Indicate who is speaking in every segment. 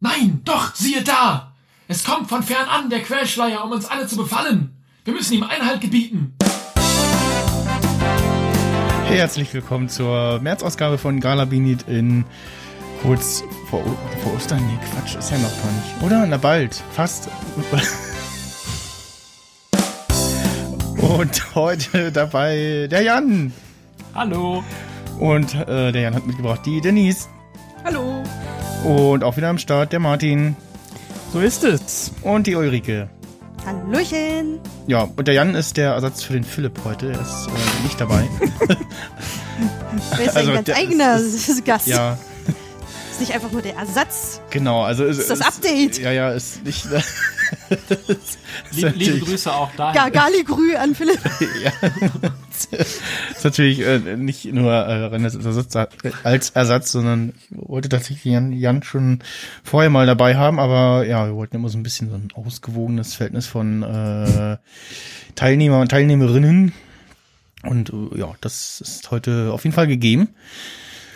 Speaker 1: Nein, doch, siehe da! Es kommt von fern an, der Quellschleier, um uns alle zu befallen. Wir müssen ihm Einhalt gebieten.
Speaker 2: Herzlich willkommen zur Märzausgabe von Galabinit in kurz vor, O- vor Ostern. Nee, Quatsch, ist ja noch gar nicht. Oder? Na bald, fast. Und heute dabei der Jan.
Speaker 1: Hallo.
Speaker 2: Und äh, der Jan hat mitgebracht die Denise.
Speaker 3: Hallo.
Speaker 2: Und auch wieder am Start der Martin
Speaker 4: So ist es.
Speaker 2: und die Ulrike.
Speaker 3: Hallöchen.
Speaker 2: Ja, und der Jan ist der Ersatz für den Philipp heute. Er ist äh, nicht dabei.
Speaker 3: Wer ist
Speaker 2: Also,
Speaker 3: ein ganz
Speaker 2: der-
Speaker 3: eigener Gast?
Speaker 2: ja,
Speaker 3: Ist nicht einfach nur der Ersatz.
Speaker 2: genau. Also
Speaker 3: Ist das Update?
Speaker 2: Ja, ja, ist nicht.
Speaker 4: Liebe,
Speaker 2: natürlich-
Speaker 4: liebe Grüße auch
Speaker 2: Ah.
Speaker 4: dahin.
Speaker 3: Gargali Grü an Philipp.
Speaker 2: ist natürlich äh, nicht nur äh, reines Ersatz, äh, als Ersatz, sondern ich wollte tatsächlich Jan, Jan schon vorher mal dabei haben, aber ja, wir wollten immer so ein bisschen so ein ausgewogenes Verhältnis von äh, Teilnehmer und Teilnehmerinnen. Und äh, ja, das ist heute auf jeden Fall gegeben.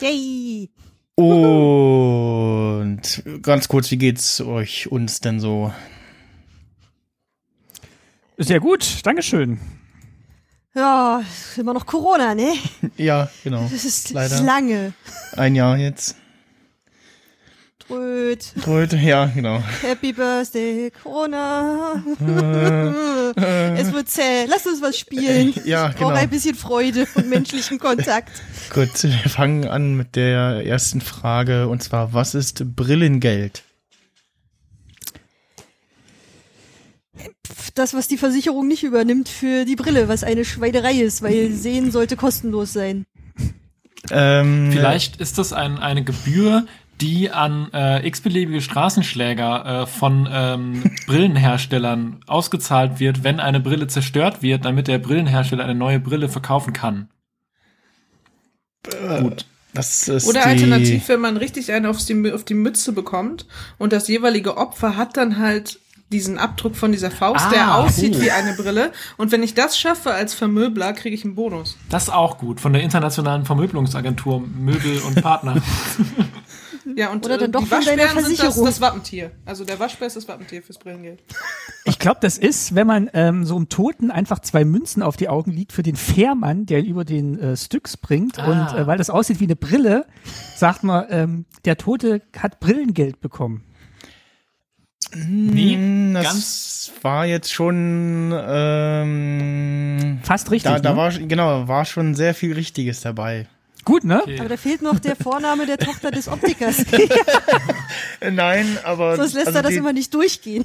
Speaker 3: Yay.
Speaker 2: Und ganz kurz, wie geht's euch uns denn so?
Speaker 4: Sehr gut, Dankeschön.
Speaker 3: Ja, immer noch Corona, ne?
Speaker 2: Ja, genau.
Speaker 3: Das ist
Speaker 2: Leider.
Speaker 3: ist lange.
Speaker 2: Ein Jahr jetzt.
Speaker 3: Tröd.
Speaker 2: Heute, ja, genau.
Speaker 3: Happy Birthday, Corona. es wird zäh. Lass uns was spielen.
Speaker 2: Äh. Ja,
Speaker 3: ich brauche
Speaker 2: genau.
Speaker 3: ein bisschen Freude und menschlichen Kontakt.
Speaker 2: Gut, wir fangen an mit der ersten Frage und zwar, was ist Brillengeld?
Speaker 3: Pff, Das, was die Versicherung nicht übernimmt für die Brille, was eine Schweinerei ist, weil Sehen sollte kostenlos sein.
Speaker 2: Ähm,
Speaker 4: Vielleicht.
Speaker 1: Ist das ein, eine Gebühr, die an äh, x-beliebige Straßenschläger äh, von ähm, Brillenherstellern ausgezahlt wird, wenn eine Brille zerstört wird, damit der Brillenhersteller eine neue Brille verkaufen kann?
Speaker 2: Das ist
Speaker 5: Oder
Speaker 2: die,
Speaker 5: alternativ, wenn man richtig einen auf die, auf die Mütze bekommt und das jeweilige Opfer hat dann halt diesen Abdruck von dieser Faust,
Speaker 1: Ah,
Speaker 5: der aussieht
Speaker 1: oh.
Speaker 5: wie eine Brille. Und wenn ich das schaffe als Vermöbler, kriege ich einen Bonus.
Speaker 1: Das ist auch gut. Von der internationalen Vermöblungsagentur Möbel und Partner.
Speaker 5: Ja, und
Speaker 3: Oder dann
Speaker 5: äh,
Speaker 3: doch
Speaker 5: die
Speaker 3: von deiner
Speaker 5: Waschbären sind das,
Speaker 3: Versicherung.
Speaker 5: das Wappentier. Also der Waschbär ist das Wappentier fürs Brillengeld.
Speaker 4: Ich glaube, das ist, wenn man ähm, so einem Toten einfach zwei Münzen auf die Augen liegt für den Fährmann, der ihn über den äh, Styx bringt.
Speaker 1: Ah.
Speaker 4: Und äh, weil das aussieht wie eine Brille, sagt man, ähm, der Tote hat Brillengeld bekommen.
Speaker 1: Nee,
Speaker 2: Hm, das
Speaker 1: ganz.
Speaker 2: war jetzt schon ähm,
Speaker 4: Fast richtig.
Speaker 2: da, da
Speaker 4: ne?
Speaker 2: war sch- genau war schon sehr viel Richtiges dabei.
Speaker 4: Gut, ne?
Speaker 1: Okay.
Speaker 3: Aber da fehlt noch der Vorname der Tochter des Optikers.
Speaker 2: Äh, Nein, aber
Speaker 3: Sonst lässt
Speaker 2: also
Speaker 3: er das
Speaker 2: die,
Speaker 3: immer nicht durchgehen.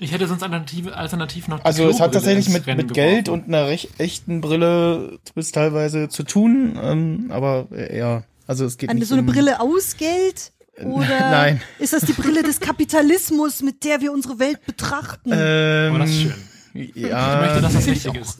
Speaker 1: Ich hätte sonst alternativ, alternativ noch die
Speaker 2: Also es hat
Speaker 1: Klobrille
Speaker 2: tatsächlich
Speaker 1: ins
Speaker 2: mit,
Speaker 1: Rennen
Speaker 2: mit Geld
Speaker 1: geworfen.
Speaker 2: und einer rech, echten Brille bis teilweise zu tun, ähm, aber äh, ja, also es geht
Speaker 3: An
Speaker 2: nicht
Speaker 3: so eine
Speaker 2: um,
Speaker 3: Brille aus Geld? Oder
Speaker 2: Nein.
Speaker 3: ist das die Brille des Kapitalismus, mit der wir unsere Welt betrachten?
Speaker 5: Äh.
Speaker 2: Ähm,
Speaker 1: Oh, das ist schön. Ich
Speaker 2: Ja,
Speaker 1: möchte, dass das richtig ist.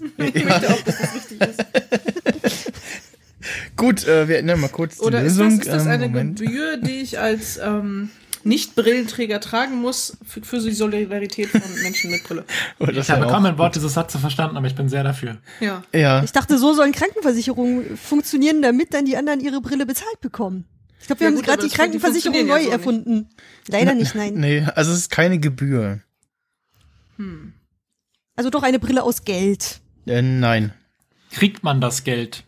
Speaker 2: gut, äh, wir ändern mal kurz die
Speaker 5: Oder ist das,
Speaker 2: Lösung.
Speaker 5: ist das
Speaker 2: Ähm,
Speaker 5: eine
Speaker 2: Moment.
Speaker 5: Gebühr, die ich als ähm, Nicht-Brillenträger tragen muss für, für die Solidarität von Menschen mit Brille?
Speaker 2: Oder das
Speaker 1: Ich habe
Speaker 2: wäre auch-
Speaker 1: kaum ein Wort dieses Satzes verstanden, aber ich bin sehr dafür.
Speaker 5: Ja.
Speaker 2: Ja,
Speaker 3: Ich dachte, so sollen Krankenversicherungen funktionieren, damit dann die anderen ihre Brille bezahlt bekommen. Ich glaube, wir
Speaker 5: Ja
Speaker 3: haben
Speaker 5: gut,
Speaker 3: gerade
Speaker 5: aber
Speaker 3: die
Speaker 5: das fun- die
Speaker 3: Krankenversicherung neu
Speaker 5: funktionieren ja so
Speaker 3: erfunden. Leider
Speaker 5: Ne,
Speaker 3: nicht, nein.
Speaker 2: nee, also es ist keine Gebühr.
Speaker 3: Also doch eine Brille aus Geld.
Speaker 2: Äh, nein.
Speaker 1: Kriegt man das Geld?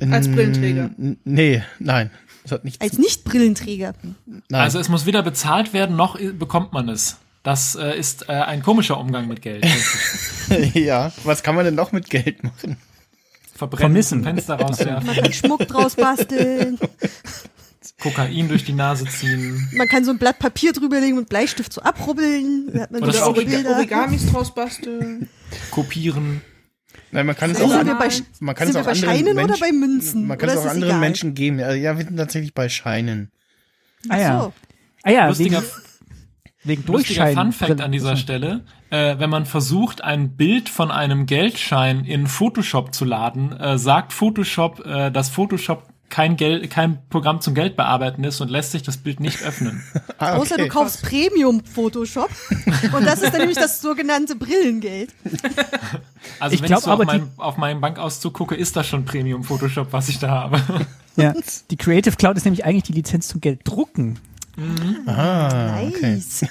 Speaker 5: Als
Speaker 2: N-
Speaker 5: Brillenträger.
Speaker 2: n- Nee, nein. Das hat nichts.
Speaker 3: Als Nicht-Brillenträger.
Speaker 2: nein.
Speaker 1: Also es muss weder bezahlt werden, noch i- bekommt man es. Das äh, ist äh, ein komischer Umgang mit Geld.
Speaker 2: ja, was kann man denn noch mit Geld machen?
Speaker 1: Verbrennen,
Speaker 4: Vermissen.
Speaker 1: Fenster rauswerfen,
Speaker 3: Man kann Schmuck draus basteln.
Speaker 1: Kokain durch die Nase ziehen.
Speaker 3: Man kann so ein Blatt Papier drüberlegen und Bleistift so abrubbeln. Da hat man
Speaker 1: Oder
Speaker 3: so
Speaker 1: auch
Speaker 3: schöne
Speaker 1: Orig-
Speaker 3: Bilder.
Speaker 5: Origamis draus basteln.
Speaker 1: Kopieren.
Speaker 2: Nein, man kann es
Speaker 3: Also
Speaker 2: auch
Speaker 3: sind
Speaker 2: an,
Speaker 3: wir bei,
Speaker 2: man kann es
Speaker 3: sind wir
Speaker 2: auch
Speaker 3: bei
Speaker 2: anderen
Speaker 3: Scheinen
Speaker 2: Menschen,
Speaker 3: oder bei Münzen?
Speaker 2: man kann es
Speaker 3: Oder
Speaker 2: auch
Speaker 3: ist es
Speaker 2: anderen
Speaker 3: egal?
Speaker 2: Menschen geben. Ja, ja, wir sind tatsächlich bei Scheinen.
Speaker 4: Ah ja.
Speaker 3: so.
Speaker 4: Ah ja, wegen,
Speaker 1: Lustiger,
Speaker 4: wegen
Speaker 1: lustiger
Speaker 4: Durchschein.
Speaker 1: Fun Fact an dieser Stelle. Äh, wenn man versucht, ein Bild von einem Geldschein in Photoshop zu laden, äh, sagt Photoshop, äh, dass Photoshop kein, Geld, kein Programm zum Geld bearbeiten ist und lässt sich das Bild nicht öffnen.
Speaker 2: Ah,
Speaker 3: Außer du kaufst Premium-Photoshop. Und das ist dann nämlich das sogenannte Brillengeld.
Speaker 1: Also
Speaker 4: Ich
Speaker 1: wenn
Speaker 4: glaub
Speaker 1: ich so auf,
Speaker 4: aber die-
Speaker 1: meinem, auf meinem Bankauszug gucke, ist das schon Premium Photoshop, was ich da habe.
Speaker 4: Ja. Die Creative Cloud ist nämlich eigentlich die Lizenz zum Gelddrucken.
Speaker 2: Ah, okay.
Speaker 3: Nice.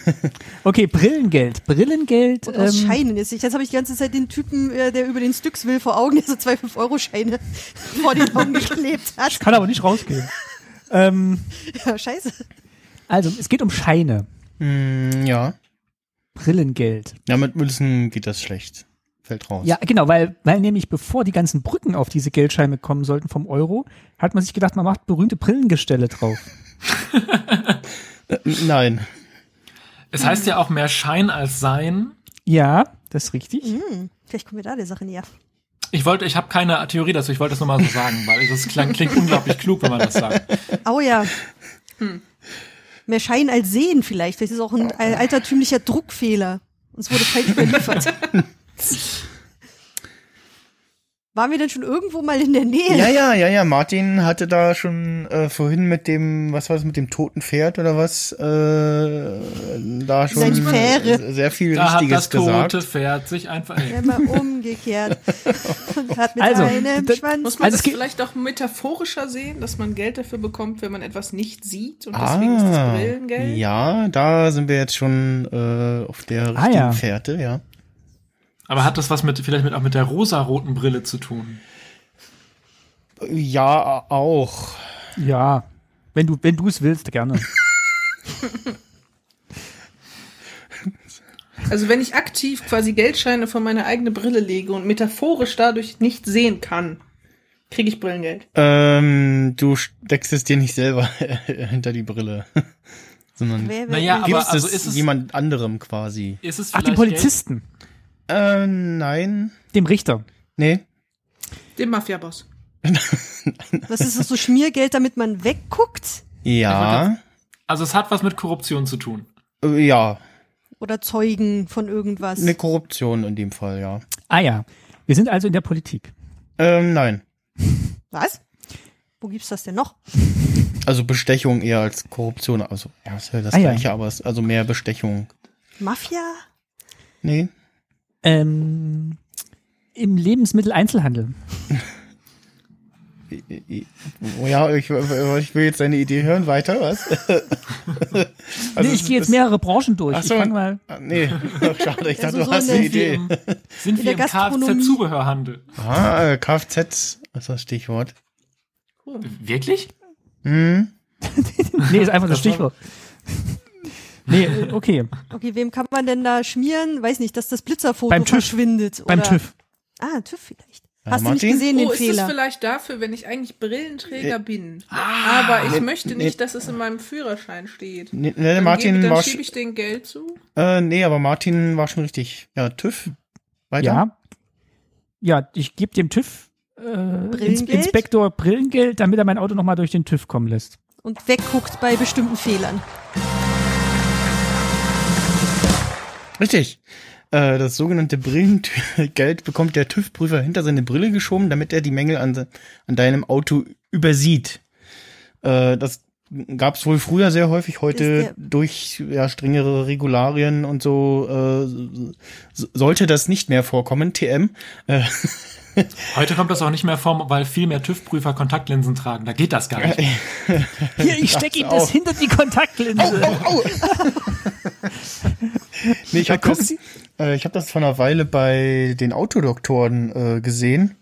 Speaker 4: Okay, Brillengeld. Brillengeld.
Speaker 3: Und aus
Speaker 4: ähm,
Speaker 3: Scheinen ist ich. Jetzt habe ich die ganze Zeit den Typen, äh, der über den Stücks will, vor Augen, der so zwei 5-Euro-Scheine vor den Augen geklebt hat.
Speaker 4: kann aber nicht rausgehen. ähm,
Speaker 3: Ja, scheiße.
Speaker 4: also, es geht um Scheine.
Speaker 2: Mm, ja.
Speaker 4: Brillengeld.
Speaker 2: Ja, mit Münzen geht das schlecht. Fällt raus.
Speaker 4: Ja, genau, weil, weil nämlich bevor die ganzen Brücken auf diese Geldscheine kommen sollten vom Euro, hat man sich gedacht, man macht berühmte Brillengestelle drauf.
Speaker 2: Äh, nein.
Speaker 1: Es heißt ja auch mehr Schein als Sein.
Speaker 4: Ja, das ist richtig.
Speaker 2: Mhm.
Speaker 3: Hm, vielleicht kommen wir da der Sache näher.
Speaker 1: Ich wollte, ich habe keine Theorie dazu, ich wollte das nur mal so sagen, weil das klingt, klingt unglaublich klug, wenn man das sagt.
Speaker 3: Oh ja. Hm. Mehr Schein als Sehen vielleicht. Vielleicht ist es auch ein al- altertümlicher Druckfehler. Uns wurde falsch überliefert. Waren wir denn schon irgendwo mal in der Nähe?
Speaker 2: Ja, ja, ja, ja. Martin hatte da schon äh, vorhin mit dem, was war das, mit dem toten Pferd oder was, äh, da schon
Speaker 3: Seine Fähre.
Speaker 2: sehr viel
Speaker 1: Da hat
Speaker 2: Richtiges
Speaker 1: das
Speaker 2: gesagt.
Speaker 1: tote Pferd sich einfach.
Speaker 3: Wenn man umgekehrt und hat mit
Speaker 4: Also,
Speaker 3: einem
Speaker 4: das-
Speaker 3: Schwanz
Speaker 5: Muss man
Speaker 4: Also es
Speaker 5: das
Speaker 4: geht-
Speaker 5: vielleicht auch metaphorischer sehen, dass man Geld dafür bekommt, wenn man etwas nicht sieht und deswegen ist das
Speaker 2: Ah,
Speaker 5: Brillengeld?
Speaker 2: ja, da sind wir jetzt schon äh, auf der richtigen
Speaker 4: Ah, ja.
Speaker 2: Fährte, ja.
Speaker 1: Aber hat das was mit, vielleicht mit, auch mit der rosaroten Brille zu tun?
Speaker 2: Ja, auch.
Speaker 4: Ja. Wenn du, wenn du es willst, gerne.
Speaker 5: Also wenn ich aktiv quasi Geldscheine vor meine eigene Brille lege und metaphorisch dadurch nicht sehen kann, kriege ich Brillengeld.
Speaker 2: Ähm, du steckst es dir nicht selber hinter die Brille, sondern
Speaker 3: Wer- wer-
Speaker 1: Naja, aber-
Speaker 2: gibst
Speaker 1: also
Speaker 2: es
Speaker 1: ist es-
Speaker 2: jemand anderem quasi.
Speaker 1: Ist es
Speaker 4: Ach,
Speaker 1: vielleicht
Speaker 4: dem Polizisten,
Speaker 2: Äh, nein.
Speaker 4: dem Richter.
Speaker 2: Nee.
Speaker 5: Dem Mafiaboss.
Speaker 3: was ist das so Schmiergeld, damit man wegguckt?
Speaker 2: Ja.
Speaker 1: Geld, also es hat was mit Korruption zu tun.
Speaker 2: Äh, ja.
Speaker 3: Oder Zeugen von irgendwas?
Speaker 2: Eine Korruption in dem Fall, ja.
Speaker 4: Ah ja. Wir sind also in der Politik.
Speaker 2: Ähm, nein.
Speaker 3: Was? Wo gibt's das denn noch?
Speaker 2: Also Bestechung eher als Korruption. Also, ja, ist ja das
Speaker 4: Ah, ja.
Speaker 2: gleiche, aber es ist also mehr Bestechung.
Speaker 3: Mafia?
Speaker 2: Nee.
Speaker 4: Ähm, Im Lebensmitteleinzelhandel.
Speaker 2: I- i- Oh ja, ich, ich will jetzt deine Idee hören. Weiter, was? Also
Speaker 4: nee,
Speaker 2: es
Speaker 4: ich gehe
Speaker 2: ist-
Speaker 4: jetzt mehrere Branchen durch.
Speaker 2: Ach so.
Speaker 4: Ich fang mal.
Speaker 2: Ah, Nee, Ach, schade, ich dachte,
Speaker 3: Also
Speaker 2: du
Speaker 3: so
Speaker 2: hast
Speaker 3: in
Speaker 2: eine
Speaker 3: der-
Speaker 2: Idee.
Speaker 1: Im, sind
Speaker 3: In
Speaker 1: wir
Speaker 3: der
Speaker 1: im
Speaker 3: Gastronomie.
Speaker 1: Kfz-Zubehörhandel?
Speaker 2: Ah, äh, Kfz ist das Stichwort.
Speaker 1: Mhm. Wirklich?
Speaker 2: Hm?
Speaker 4: Nee, ist einfach
Speaker 1: Das
Speaker 4: das Stichwort. Nee, äh, okay.
Speaker 3: Okay, wem kann man denn da schmieren? Weiß nicht, dass das Blitzerfoto
Speaker 4: Beim TÜV.
Speaker 3: verschwindet.
Speaker 4: Beim
Speaker 3: oder?
Speaker 4: TÜV.
Speaker 3: Ah, TÜV vielleicht.
Speaker 2: Ja,
Speaker 3: Hast du nicht
Speaker 2: Martin?
Speaker 3: gesehen den
Speaker 5: oh, ist
Speaker 3: Fehler?
Speaker 5: das vielleicht dafür, wenn ich eigentlich Brillenträger bin, aber ich möchte nicht, dass es in meinem Führerschein steht.
Speaker 2: Nee, nee,
Speaker 5: Dann,
Speaker 2: Martin
Speaker 5: gebe,
Speaker 2: war
Speaker 5: dann
Speaker 2: sch-
Speaker 5: schiebe ich den Geld zu.
Speaker 2: äh, nee, aber Martin war schon richtig. Ja, TÜV. Weiter?
Speaker 4: Ja. Ja, ich gebe dem TÜV. Äh, Ins
Speaker 3: Brillengeld?
Speaker 4: Inspektor Brillengeld, damit er mein Auto nochmal durch den TÜV kommen lässt.
Speaker 3: Und wegguckt bei bestimmten Fehlern.
Speaker 2: Richtig. Äh, das sogenannte Brillengeld bekommt der TÜV-Prüfer hinter seine Brille geschoben, damit er die Mängel an, se- an deinem Auto übersieht. Äh, das gab es wohl früher sehr häufig,
Speaker 3: Ist
Speaker 2: heute
Speaker 3: der-
Speaker 2: durch ja, strengere Regularien und so äh, so- sollte das nicht mehr vorkommen, TM.
Speaker 1: Heute kommt das auch nicht mehr vor, weil viel mehr TÜV-Prüfer Kontaktlinsen tragen. Da geht das gar nicht. mehr.
Speaker 4: Hier, ich stecke ihm das
Speaker 2: auch.
Speaker 4: hinter die Kontaktlinse.
Speaker 2: Nee, ich habe
Speaker 4: gucken
Speaker 2: das,
Speaker 4: Sie.
Speaker 2: äh, ich hab das vor einer Weile bei den Autodoktoren äh, gesehen.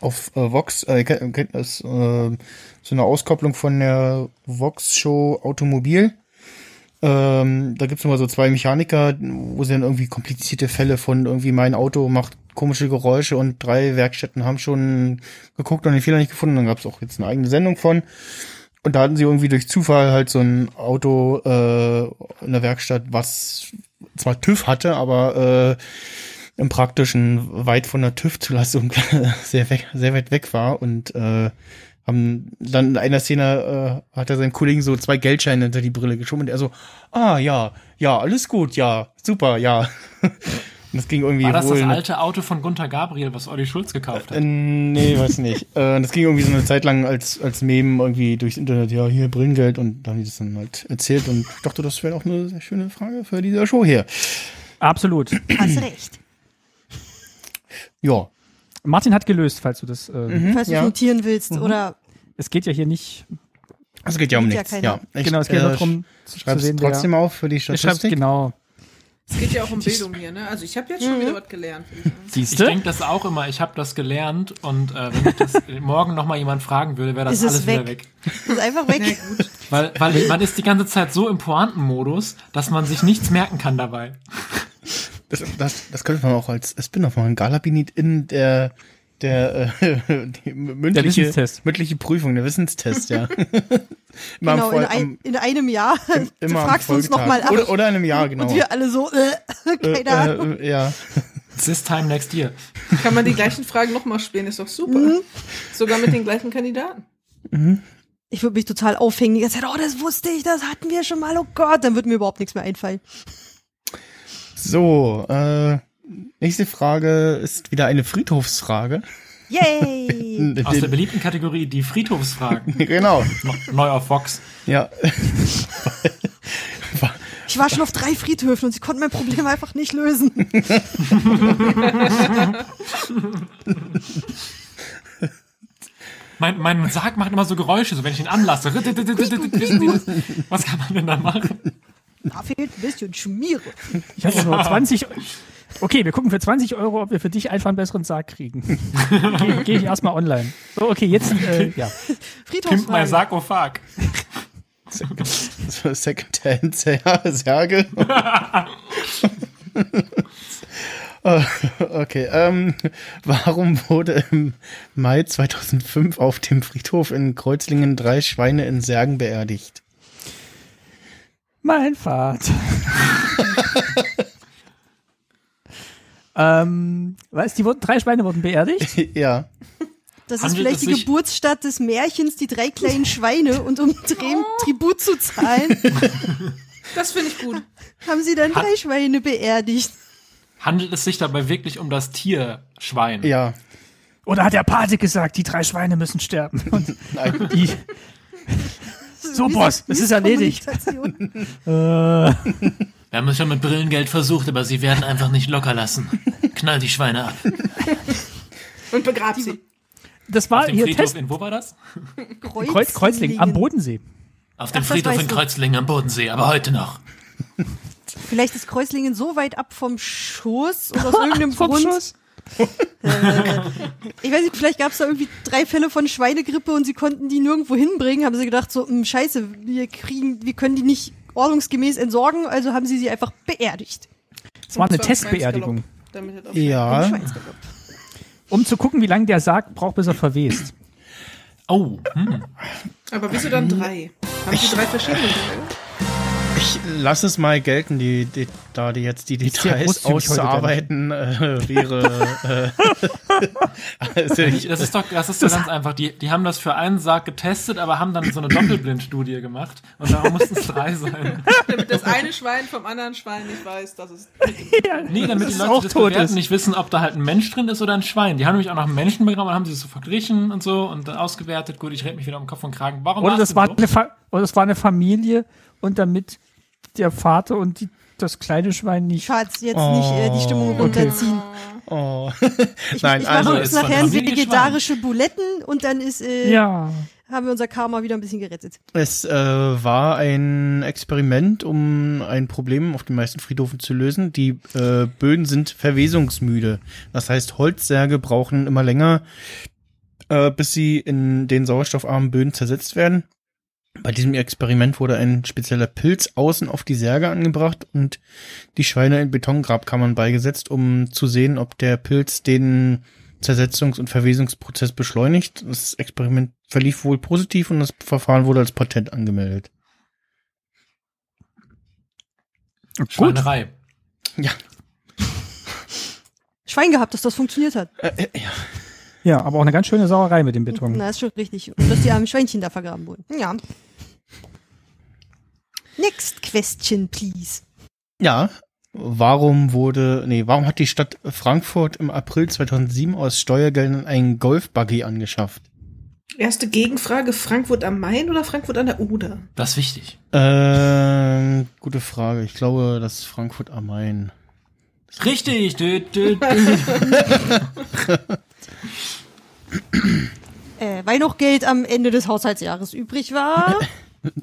Speaker 2: Auf äh, Vox, äh, ihr kennt kennt das, äh, so eine Auskopplung von der Vox-Show Automobil. Ähm, da gibt's immer so zwei Mechaniker, wo sie dann irgendwie komplizierte Fälle von irgendwie mein Auto macht komische Geräusche und drei Werkstätten haben schon geguckt und den Fehler nicht gefunden. Dann gab's auch jetzt eine eigene Sendung von. Und da hatten sie irgendwie durch Zufall halt so ein Auto äh, in der Werkstatt, was zwar TÜV hatte, aber äh, im Praktischen weit von der TÜV-Zulassung sehr, weg, sehr weit weg war. Und äh, haben dann in einer Szene äh, hat er seinem Kollegen so zwei Geldscheine hinter die Brille geschoben und er so, ah ja, ja, alles gut, ja, super, ja. und das ging irgendwie
Speaker 1: War das
Speaker 2: wohl
Speaker 1: das
Speaker 2: eine
Speaker 1: alte Auto von Gunter Gabriel, was Olli Schulz gekauft
Speaker 2: äh,
Speaker 1: hat?
Speaker 2: Nee, weiß nicht. äh, das ging irgendwie so eine Zeit lang als, als Meme irgendwie durchs Internet. Ja, hier Brillengeld und dann haben die das dann halt erzählt und ich dachte, das wäre auch eine sehr schöne Frage für diese Show hier.
Speaker 4: oh. Absolut.
Speaker 3: Hast recht.
Speaker 2: Ja.
Speaker 4: Martin hat gelöst, falls du das. Äh,
Speaker 3: Falls du
Speaker 2: ja.
Speaker 3: notieren willst. Oder
Speaker 4: Es geht ja hier nicht.
Speaker 2: Es geht ja um
Speaker 3: Sieht ja
Speaker 2: nichts. Ja,
Speaker 3: keiner.
Speaker 2: Ich,
Speaker 4: Genau, es geht
Speaker 2: äh,
Speaker 4: nur darum, zu- zu
Speaker 2: Schreib's
Speaker 4: sehen, wer-
Speaker 2: trotzdem auf für die
Speaker 4: wer schreibt.
Speaker 2: Statistik.
Speaker 4: Genau.
Speaker 5: Es geht ja auch um Bildung hier, ne? Also ich habe jetzt schon
Speaker 3: Mhm.
Speaker 5: wieder was gelernt.
Speaker 1: Ich
Speaker 4: Siehst
Speaker 1: denke das auch immer, ich habe das gelernt und äh, wenn ich das morgen nochmal jemand fragen würde, wäre das
Speaker 3: Ist es
Speaker 1: alles wieder
Speaker 3: weg?
Speaker 1: weg.
Speaker 3: Ist einfach weg.
Speaker 1: Weil, weil man ist die ganze Zeit so im Pointenmodus, dass man sich nichts merken kann dabei.
Speaker 2: Das, das, das könnte man auch als Spin-off machen. Galabinit in der der, äh, die mündliche,
Speaker 4: Wissenstest.
Speaker 2: mündliche Prüfung, der Wissenstest, ja. immer
Speaker 3: Genau, in,
Speaker 2: Fol- Genau.
Speaker 3: ein, in einem Jahr. du
Speaker 2: immer am
Speaker 3: fragst uns
Speaker 2: Folgetag.
Speaker 3: nochmal ab.
Speaker 2: Oder, oder in einem Jahr, genau.
Speaker 3: Und wir alle so, äh, keine
Speaker 2: äh,
Speaker 3: Ahnung.
Speaker 2: äh, ja.
Speaker 1: This time next year.
Speaker 5: Kann man die gleichen Fragen nochmal spielen, ist doch super. Sogar mit den gleichen Kandidaten.
Speaker 3: Ich würde mich total aufhängen. Die ganze Zeit, oh, das wusste ich, das hatten wir schon mal. Oh Gott, dann würde mir überhaupt nichts mehr einfallen.
Speaker 2: So, äh, nächste Frage ist wieder eine Friedhofsfrage.
Speaker 3: Yay!
Speaker 1: Aus der
Speaker 2: Den-
Speaker 1: beliebten Kategorie die Friedhofsfragen.
Speaker 2: genau,
Speaker 1: Noch Neu auf Vox.
Speaker 2: ja.
Speaker 3: Ich war schon auf drei Friedhöfen und sie konnten mein Problem einfach nicht lösen.
Speaker 1: Mein, mein Sarg macht immer so Geräusche, so wenn ich ihn anlasse. Was kann man denn da machen?
Speaker 3: Da fehlt ein bisschen Schmiere.
Speaker 4: Ich hatte nur 20. Eu- Okay, wir gucken für 20 Euro, ob wir für dich einfach einen besseren Sarg kriegen. Gehe geh ich erstmal online. So, okay, jetzt, äh, ja.
Speaker 1: Pimp mein oh
Speaker 3: Friedhofsfrage.
Speaker 1: Sarkophag.
Speaker 2: So Second-Hand-Särge. Äh, okay, ähm, warum wurde im Mai 2005 auf dem Friedhof in Kreuzlingen drei Schweine in Särgen beerdigt?
Speaker 4: Mein Vater. ähm, was? Die wurden, drei Schweine wurden beerdigt?
Speaker 2: ja,
Speaker 3: Das ist
Speaker 1: Handelt
Speaker 3: vielleicht
Speaker 1: es
Speaker 3: die
Speaker 1: sich-
Speaker 3: Geburtsstadt des Märchens, die drei kleinen Schweine. Und um dem Tribut zu zahlen,
Speaker 5: Das finde ich gut.
Speaker 3: haben sie dann drei Schweine beerdigt.
Speaker 1: Handelt es sich dabei wirklich um das Tier Schwein?
Speaker 2: ja.
Speaker 4: Oder hat der Pate gesagt, die drei Schweine müssen sterben? Und
Speaker 2: Nein.
Speaker 4: die, So, Boss, es ist erledigt.
Speaker 3: Kommunikation.
Speaker 4: äh,
Speaker 1: Wir haben es schon mit Brillengeld versucht, aber sie werden einfach nicht locker lassen. Knall die Schweine ab.
Speaker 5: Und begrab sie.
Speaker 4: das war
Speaker 1: Auf dem
Speaker 4: hier
Speaker 1: Friedhof
Speaker 4: Ah, Test.
Speaker 1: in, wo war das?
Speaker 4: Kreuz, Kreuzlingen, am Bodensee.
Speaker 1: Auf dem
Speaker 3: Ach, das
Speaker 1: Friedhof
Speaker 3: weißt
Speaker 1: in
Speaker 3: du.
Speaker 1: Kreuzlingen am Bodensee, aber heute noch.
Speaker 3: Vielleicht ist Kreuzlingen so weit ab vom Schuss oder aus irgendeinem Grund. Ich weiß nicht, vielleicht gab es da irgendwie drei Fälle von Schweinegrippe und sie konnten die nirgendwo hinbringen. Haben sie gedacht, so, hm, scheiße, wir kriegen, wir können die nicht ordnungsgemäß entsorgen, also haben sie sie einfach beerdigt.
Speaker 4: Das war eine
Speaker 5: Und zwar
Speaker 4: Testbeerdigung.
Speaker 5: Schweinsgalopp, Damit das auch-
Speaker 3: Im
Speaker 2: Ja,
Speaker 3: Schweinsgalopp.
Speaker 4: Um zu gucken, wie lange der Sarg braucht, bis er verwest.
Speaker 1: Oh, hm.
Speaker 5: Aber wieso dann drei? Haben sie drei verschiedene? Dinge?
Speaker 2: ich lasse es mal gelten, die, die, da die jetzt die
Speaker 4: Ist sehr
Speaker 2: Details
Speaker 4: großzügig heute,
Speaker 2: auszuarbeiten äh, wäre. Äh, also ich,
Speaker 1: das ist doch, das ist doch ganz einfach. Die, die haben das für einen Sarg getestet, aber haben dann so eine Doppelblindstudie gemacht. Und darum mussten es drei sein.
Speaker 5: Damit das eine Schwein vom anderen Schwein nicht weiß, dass es.
Speaker 1: Nee, damit die
Speaker 4: Dass es
Speaker 1: Leute
Speaker 4: auch
Speaker 1: das
Speaker 4: tot
Speaker 1: bewerten,
Speaker 4: ist.
Speaker 1: nicht wissen, ob da halt ein Mensch drin ist oder ein Schwein. Die haben nämlich auch nach einem Menschen bekommen und haben sie so verglichen und so und dann ausgewertet. Gut, ich rede mich wieder um Kopf und Kragen. Warum
Speaker 4: Oder
Speaker 1: warst
Speaker 4: das,
Speaker 1: du
Speaker 4: war
Speaker 1: so?
Speaker 4: eine Fa oder das war eine Familie und damit der Vater und die, das kleine Schwein nicht.
Speaker 3: Schatz, jetzt nicht äh, die Stimmung runterziehen.
Speaker 2: oh.
Speaker 3: Ich,
Speaker 2: Nein,
Speaker 3: ich
Speaker 2: also
Speaker 3: mache
Speaker 1: ist
Speaker 3: uns
Speaker 1: von
Speaker 3: nachher
Speaker 1: Familie
Speaker 3: vegetarische Buletten und dann ist, äh,
Speaker 4: Ja.
Speaker 3: haben wir unser Karma wieder ein bisschen gerettet.
Speaker 2: Es äh, war ein Experiment, um ein Problem auf den meisten Friedhofen zu lösen. Die äh, Böden sind verwesungsmüde. Das heißt, Holzsärge brauchen immer länger, äh, bis sie in den sauerstoffarmen Böden zersetzt werden. Bei diesem Experiment wurde ein spezieller Pilz außen auf die Särge angebracht und die Schweine in Betongrabkammern beigesetzt, um zu sehen, ob der Pilz den Zersetzungs- und Verwesungsprozess beschleunigt. Das Experiment verlief wohl positiv und das Verfahren wurde als Patent angemeldet.
Speaker 4: Gut.
Speaker 1: Schweinerei.
Speaker 2: Ja.
Speaker 3: Schwein gehabt, dass das funktioniert hat.
Speaker 4: Ja, aber auch eine ganz schöne Sauerei mit dem Beton.
Speaker 3: Na, ist schon richtig. Und dass die armen Schweinchen da vergraben wurden. Ja. Next question, please.
Speaker 2: Ja. Warum wurde, nee, warum hat die Stadt Frankfurt im April 2007 aus Steuergeldern einen Golfbuggy angeschafft?
Speaker 5: Erste Gegenfrage: Frankfurt am Main oder Frankfurt an der Oder?
Speaker 1: Das ist wichtig.
Speaker 2: Ähm, gute Frage. Ich glaube, das ist Frankfurt am Main.
Speaker 1: Richtig. Dö, dö, dö.
Speaker 3: äh, weil noch Geld am Ende des Haushaltsjahres übrig war.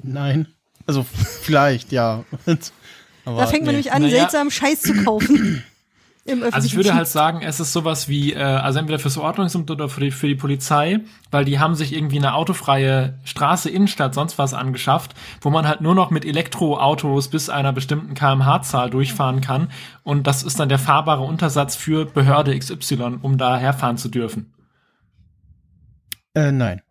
Speaker 2: Nein. Also vielleicht, ja. Aber
Speaker 3: Da fängt man
Speaker 2: nee.
Speaker 3: nämlich an,
Speaker 1: Naja.
Speaker 3: seltsamen Scheiß zu kaufen. Im öffentlichen
Speaker 1: Also ich würde
Speaker 3: Dienst.
Speaker 1: halt sagen, es ist sowas wie, äh, also entweder fürs Ordnungsamt oder für die, für die Polizei, weil die haben sich irgendwie eine autofreie Straße, Innenstadt, sonst was angeschafft, wo man halt nur noch mit Elektroautos bis einer bestimmten kmh-Zahl durchfahren kann. Und das ist dann der fahrbare Untersatz für Behörde XY, um da herfahren zu dürfen.
Speaker 2: Äh, nein.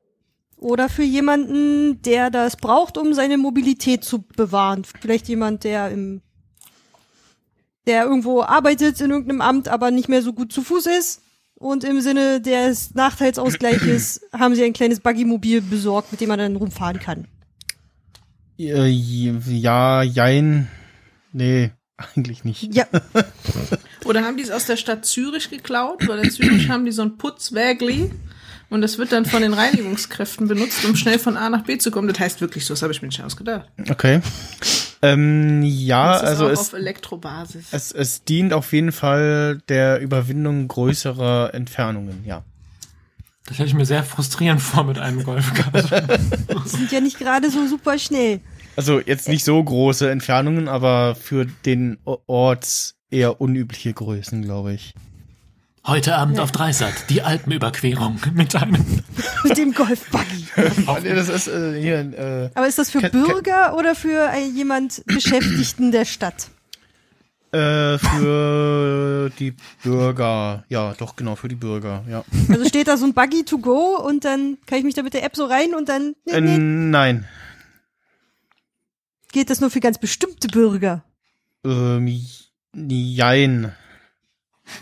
Speaker 3: Oder für jemanden, der das braucht, um seine Mobilität zu bewahren. Vielleicht jemand, der im der irgendwo arbeitet in irgendeinem Amt, aber nicht mehr so gut zu Fuß ist. Und im Sinne des Nachteilsausgleiches haben sie ein kleines Buggy-Mobil besorgt, mit dem man dann rumfahren kann.
Speaker 2: Äh, ja, jein. Nee, eigentlich nicht.
Speaker 3: Ja,
Speaker 5: Oder haben die es aus der Stadt Zürich geklaut? Weil in Zürich haben die so ein Putzwägli und das wird dann von den Reinigungskräften benutzt, um schnell von A nach B zu kommen. Das heißt wirklich so, das habe ich mir nicht ausgedacht.
Speaker 2: Okay. Ähm, ja,
Speaker 5: Das ist
Speaker 2: also
Speaker 5: auch
Speaker 2: es,
Speaker 5: auf Elektrobasis.
Speaker 2: es, es dient auf jeden Fall der Überwindung größerer Entfernungen, ja.
Speaker 1: Das hätte ich mir sehr frustrierend vor mit einem Golfkart.
Speaker 3: sind ja nicht gerade so super schnell.
Speaker 2: Also jetzt nicht so große Entfernungen, aber für den O- Ort eher unübliche Größen, glaube ich.
Speaker 1: Heute Abend auf Dreisat, die Alpenüberquerung mit einem.
Speaker 3: Mit dem Golf-Buggy.
Speaker 2: das ist äh, hier äh,
Speaker 3: Aber ist das für
Speaker 2: Ke- ke-
Speaker 3: Bürger oder für äh, jemand Beschäftigten der Stadt?
Speaker 2: äh, für die Bürger. Ja, doch genau für die Bürger, ja.
Speaker 3: Also steht da so ein Buggy to go und dann kann ich mich da mit der App so rein und dann
Speaker 2: Äh, nein.
Speaker 3: geht das nur für ganz bestimmte Bürger.
Speaker 2: Ähm, jein.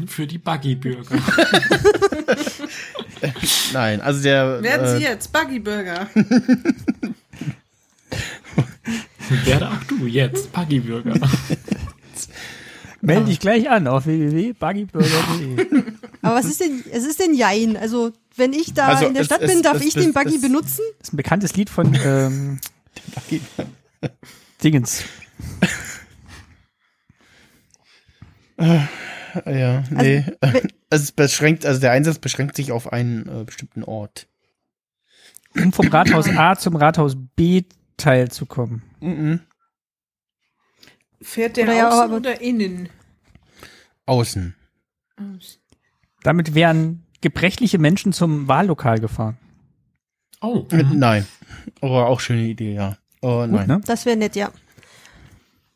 Speaker 1: Für die Buggy-Bürger.
Speaker 2: Nein, also der
Speaker 5: Werden
Speaker 2: äh,
Speaker 5: sie jetzt Buggy Burger.
Speaker 1: Werde auch du jetzt Buggy-Bürger.
Speaker 4: Melde dich gleich an auf www.buggyburger.de.
Speaker 3: Aber was ist denn, es ist denn Jein? Also, wenn ich da
Speaker 2: Also,
Speaker 3: in der
Speaker 2: es-
Speaker 3: Stadt
Speaker 2: es-
Speaker 3: bin, darf
Speaker 2: es-
Speaker 3: ich
Speaker 2: es-
Speaker 3: den Buggy
Speaker 2: es-
Speaker 3: benutzen?
Speaker 4: Das ist ein bekanntes Lied von ähm, Dingens.
Speaker 2: Ja, nee.
Speaker 3: wenn-
Speaker 2: Also, es beschränkt, also der Einsatz beschränkt sich auf einen äh, bestimmten Ort.
Speaker 4: Um vom Rathaus A zum Rathaus B Teil zu kommen.
Speaker 5: Fährt der
Speaker 3: Oder ja,
Speaker 5: außen
Speaker 3: aber-
Speaker 5: oder innen?
Speaker 2: Außen.
Speaker 4: Damit wären gebrechliche Menschen zum Wahllokal gefahren.
Speaker 1: Oh.
Speaker 2: Nein. Aber auch schöne Idee, ja. Oh, nein.
Speaker 4: ne?
Speaker 3: Das wäre nett, ja.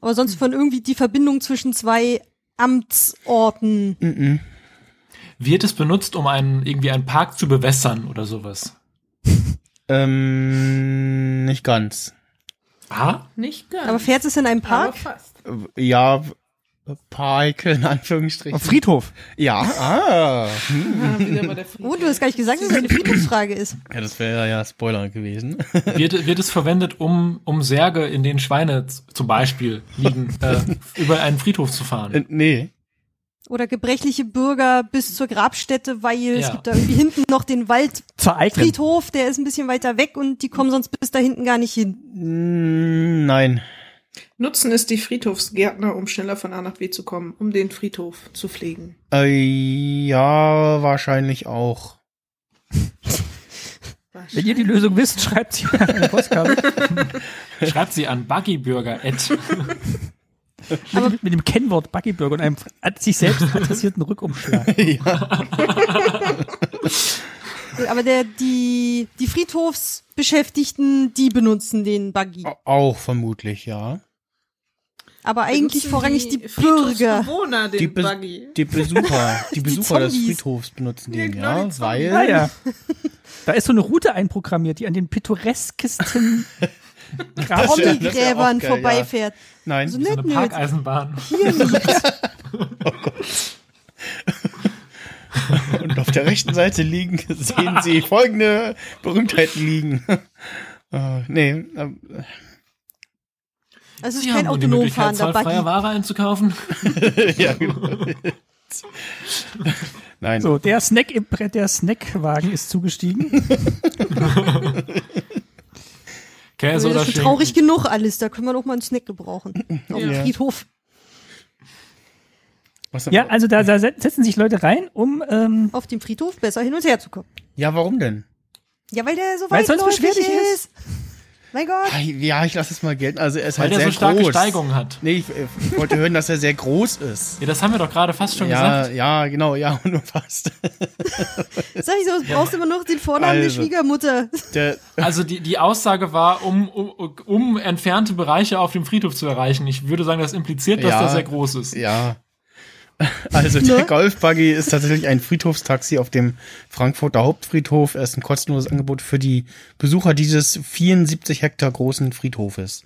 Speaker 3: Aber sonst von irgendwie die Verbindung zwischen zwei Amtsorten.
Speaker 2: Mhm.
Speaker 1: Wird es benutzt, um einen, irgendwie einen Park zu bewässern oder sowas?
Speaker 2: Ähm, nicht ganz.
Speaker 1: Ah,
Speaker 5: Nicht ganz.
Speaker 3: Aber fährt es in einem
Speaker 5: Aber
Speaker 3: Park?
Speaker 5: fast.
Speaker 2: Ja, Park in Anführungsstrichen.
Speaker 4: Auf Friedhof.
Speaker 2: Ja. Ah.
Speaker 5: Ah, wieder bei der Friede.
Speaker 3: Oh, du hast gar nicht gesagt, dass es eine Friedhofsfrage ist.
Speaker 2: Ja, das wäre ja Spoiler gewesen.
Speaker 1: wird, wird es verwendet, um, um Särge, in denen Schweine z- zum Beispiel liegen, äh, über einen Friedhof zu
Speaker 2: Äh,
Speaker 1: fahren?
Speaker 2: nee.
Speaker 3: Oder gebrechliche Bürger bis zur Grabstätte, weil es
Speaker 1: Ja.
Speaker 3: gibt da irgendwie hinten noch den Waldfriedhof,
Speaker 4: Zur Eignen.
Speaker 3: der ist ein bisschen weiter weg und die kommen sonst bis da hinten gar nicht hin.
Speaker 2: Mm, Nein.
Speaker 5: Nutzen ist die Friedhofsgärtner, um schneller von A nach B zu kommen, um den Friedhof zu pflegen.
Speaker 2: Äh, ja, wahrscheinlich auch.
Speaker 4: Wenn ihr die Lösung wisst, schreibt sie an eine Postkarte.
Speaker 1: Schreibt sie an buggybürger.
Speaker 4: mit, mit dem Kennwort Buggyburger und einem an sich selbst adressierten Rückumschlag.
Speaker 3: Aber der, die, die Friedhofsbeschäftigten, die benutzen den Buggy.
Speaker 2: Au- Auch vermutlich, ja.
Speaker 3: Aber eigentlich
Speaker 5: Nutzen
Speaker 3: vorrangig die, Bürger.
Speaker 5: Friedhofsbewohner den
Speaker 2: Die Be-
Speaker 5: Buggy.
Speaker 2: Die Besucher, die Besucher des
Speaker 3: Zombies.
Speaker 2: Friedhofs benutzen
Speaker 5: Ja,
Speaker 2: den,
Speaker 5: genau, die
Speaker 2: ja,
Speaker 5: Zombies.
Speaker 2: weil
Speaker 4: Naja. Da ist so eine Route einprogrammiert, die an den pittoreskesten Graben.
Speaker 2: das wär auch
Speaker 3: Promi-Gräbern
Speaker 2: geil,
Speaker 3: vorbeifährt.
Speaker 2: Nein.
Speaker 3: So
Speaker 1: So
Speaker 3: nett,
Speaker 1: eine
Speaker 3: Also nett.
Speaker 1: Parkeisenbahn.
Speaker 3: Hier liegt.
Speaker 2: Und auf der rechten Seite liegen, sehen Sie folgende Berühmtheiten liegen. Äh, nee, ähm,
Speaker 3: Also es
Speaker 1: Sie
Speaker 3: ist
Speaker 1: haben
Speaker 3: kein
Speaker 1: nun um die
Speaker 3: autonom
Speaker 1: Möglichkeit,
Speaker 3: fahrender
Speaker 1: zollfreie
Speaker 3: Buggy.
Speaker 1: Ware einzukaufen.
Speaker 2: ja, genau. Nein.
Speaker 4: So, der Snack im Brett, der Snackwagen ist zugestiegen.
Speaker 1: Käse
Speaker 3: Also
Speaker 1: oder
Speaker 3: das ist schon
Speaker 1: Schinken.
Speaker 3: traurig genug alles. Da können wir doch mal einen Snack gebrauchen. Auf dem
Speaker 2: Ja.
Speaker 3: Friedhof.
Speaker 2: Was,
Speaker 4: Ja, also da, da setzen sich Leute rein, um ähm,
Speaker 3: Auf dem Friedhof besser hin und her zu kommen.
Speaker 2: ja, warum denn?
Speaker 3: Ja, weil der so
Speaker 4: Weil sonst
Speaker 3: weitläufig
Speaker 4: beschwerlich
Speaker 3: ist.
Speaker 4: ist.
Speaker 3: Mein Gott.
Speaker 2: Ja, ich lasse es mal gelten. Also er ist
Speaker 1: Weil
Speaker 2: halt
Speaker 1: der
Speaker 2: sehr
Speaker 1: so starke
Speaker 2: groß.
Speaker 1: Steigung hat.
Speaker 2: Nee, ich, ich wollte hören, dass er sehr groß ist.
Speaker 1: Ja, das haben wir doch gerade fast schon
Speaker 2: Ja,
Speaker 1: gesagt.
Speaker 2: ja, genau, ja, nur fast.
Speaker 3: Sag ich so, du brauchst immer noch den Vornamen
Speaker 2: Also.
Speaker 3: der Schwiegermutter.
Speaker 2: Der,
Speaker 1: Also die, die Aussage war, um, um, um entfernte Bereiche auf dem Friedhof zu erreichen. Ich würde sagen, das impliziert, dass
Speaker 2: Ja.
Speaker 1: das sehr groß ist.
Speaker 2: Ja. Also der
Speaker 3: Ne?
Speaker 2: Golfbuggy ist tatsächlich ein Friedhofstaxi auf dem Frankfurter Hauptfriedhof. Er ist ein kostenloses Angebot für die Besucher dieses 74 Hektar großen Friedhofes.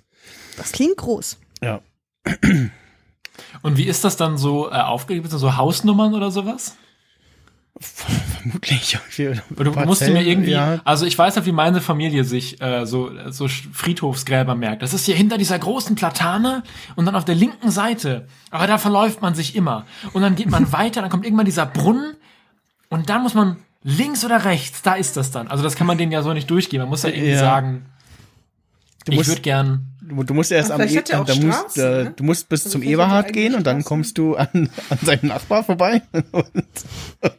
Speaker 3: Das klingt groß.
Speaker 2: Ja.
Speaker 1: Und wie ist das dann so äh, aufgegeben? So Hausnummern oder sowas?
Speaker 2: Vermutlich. irgendwie
Speaker 1: Du
Speaker 2: Parzellen,
Speaker 1: musst mir irgendwie,
Speaker 2: Ja,
Speaker 1: also ich weiß noch, wie meine Familie sich äh, so, so Sch- Friedhofsgräber merkt. Das ist hier hinter dieser großen Platane und dann auf der linken Seite. Aber da verläuft man sich immer. Und dann geht man weiter, dann kommt irgendwann dieser Brunnen und dann muss man links oder rechts, da ist das dann. Also das kann man denen ja so nicht durchgehen. Man muss ja irgendwie
Speaker 2: Ja.
Speaker 1: sagen,
Speaker 2: du,
Speaker 1: ich würde
Speaker 2: musst,
Speaker 1: gern.
Speaker 2: du, du musst erst
Speaker 5: Ah,
Speaker 2: am
Speaker 5: vielleicht
Speaker 2: E-
Speaker 5: hat er auch
Speaker 2: da musst,
Speaker 5: Straßen,
Speaker 2: äh,
Speaker 5: ne?
Speaker 2: du musst bis
Speaker 5: Also
Speaker 2: zum
Speaker 5: vielleicht hat er
Speaker 2: Eberhard
Speaker 5: eigene
Speaker 2: gehen und dann
Speaker 5: Straßen.
Speaker 2: kommst du an, an seinem Nachbar vorbei.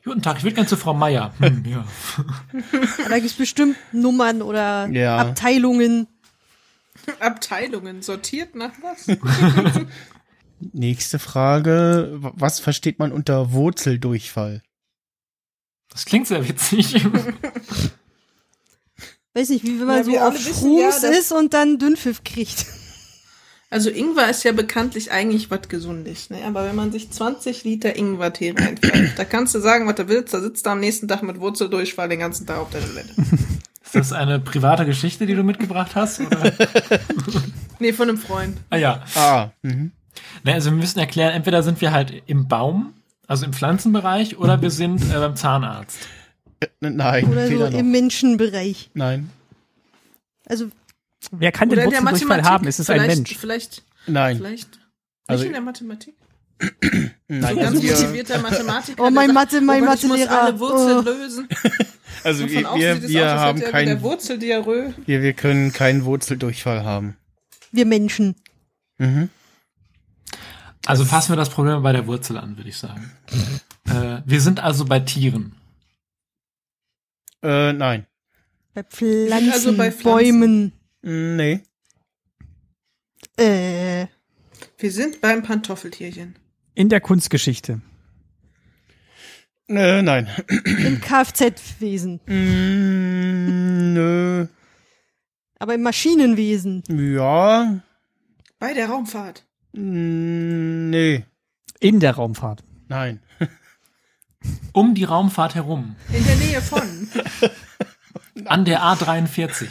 Speaker 1: Guten Tag, ich würde gern zu Frau Meier. Hm, ja.
Speaker 3: Aber da gibt's bestimmt Nummern oder
Speaker 2: Ja.
Speaker 3: Abteilungen.
Speaker 5: Abteilungen sortiert nach was?
Speaker 2: Nächste Frage. W- Was versteht man unter Wurzeldurchfall?
Speaker 1: Das klingt sehr witzig.
Speaker 3: Weiß nicht, wie wenn man
Speaker 5: Ja,
Speaker 3: so
Speaker 5: wir
Speaker 3: auf
Speaker 5: alle wissen ja,
Speaker 3: Shrooms
Speaker 5: dass-
Speaker 3: ist und dann Dünnpfiff kriegt.
Speaker 5: Also Ingwer ist ja bekanntlich eigentlich was Gesundes, ne? Aber wenn man sich 20 Liter Ingwertee reinpfeift, da kannst du sagen, was du willst, da sitzt du am nächsten Tag mit Wurzeldurchfall den ganzen Tag auf der Toilette.
Speaker 1: ist das eine private Geschichte, die du mitgebracht hast? Oder?
Speaker 5: Nee, von einem Freund.
Speaker 1: Ah ja.
Speaker 2: Ah, mhm.
Speaker 1: Na, also wir müssen erklären, entweder sind wir halt im Baum, also im Pflanzenbereich, oder wir sind äh, beim Zahnarzt.
Speaker 2: N- nein,
Speaker 3: Oder so
Speaker 2: weder noch.
Speaker 3: im Menschenbereich.
Speaker 2: Nein,
Speaker 3: Also,
Speaker 4: Wer kann den Wurzeldurchfall haben? Ist es ein
Speaker 5: vielleicht,
Speaker 4: Mensch?
Speaker 5: Vielleicht,
Speaker 2: nein,
Speaker 5: vielleicht.
Speaker 2: Also-
Speaker 5: nicht in der Mathematik.
Speaker 2: nein.
Speaker 5: Ein ganz
Speaker 2: also wir-
Speaker 5: motivierter Mathematiker.
Speaker 3: Oh,
Speaker 5: der
Speaker 3: mein
Speaker 5: sagt,
Speaker 3: Mathe- mein
Speaker 5: "Oh Gott, Ich muss
Speaker 3: Mathelehrer.
Speaker 5: alle Wurzeln
Speaker 3: Oh.
Speaker 5: lösen.
Speaker 2: Also
Speaker 5: Und
Speaker 2: wir,
Speaker 5: von außen
Speaker 2: wir,
Speaker 5: sieht es
Speaker 2: wir
Speaker 5: aus, als
Speaker 2: haben
Speaker 5: hätte er wieder
Speaker 2: keinen,
Speaker 5: Wurzeldiarrhoe.
Speaker 2: wir, wir können keinen Wurzeldurchfall haben.
Speaker 3: wir Menschen.
Speaker 2: Mhm.
Speaker 1: Also fassen wir das Problem bei der Wurzel an, würde ich sagen. äh, wir sind also bei Tieren.
Speaker 2: Äh, nein.
Speaker 3: Bei Pflanzen,
Speaker 5: also bei
Speaker 3: Bäumen.
Speaker 2: Mm, Nee.
Speaker 3: Äh,
Speaker 5: Wir sind beim Pantoffeltierchen.
Speaker 4: In der Kunstgeschichte.
Speaker 2: Nö, Äh, nein.
Speaker 3: im Kfz-Wesen.
Speaker 2: Mm, Nö.
Speaker 3: Aber im Maschinenwesen.
Speaker 2: Ja.
Speaker 5: Bei der Raumfahrt.
Speaker 2: Mm, Nee.
Speaker 4: In der Raumfahrt.
Speaker 2: Nein.
Speaker 1: Um die Raumfahrt herum.
Speaker 5: In der Nähe von.
Speaker 1: An der A43.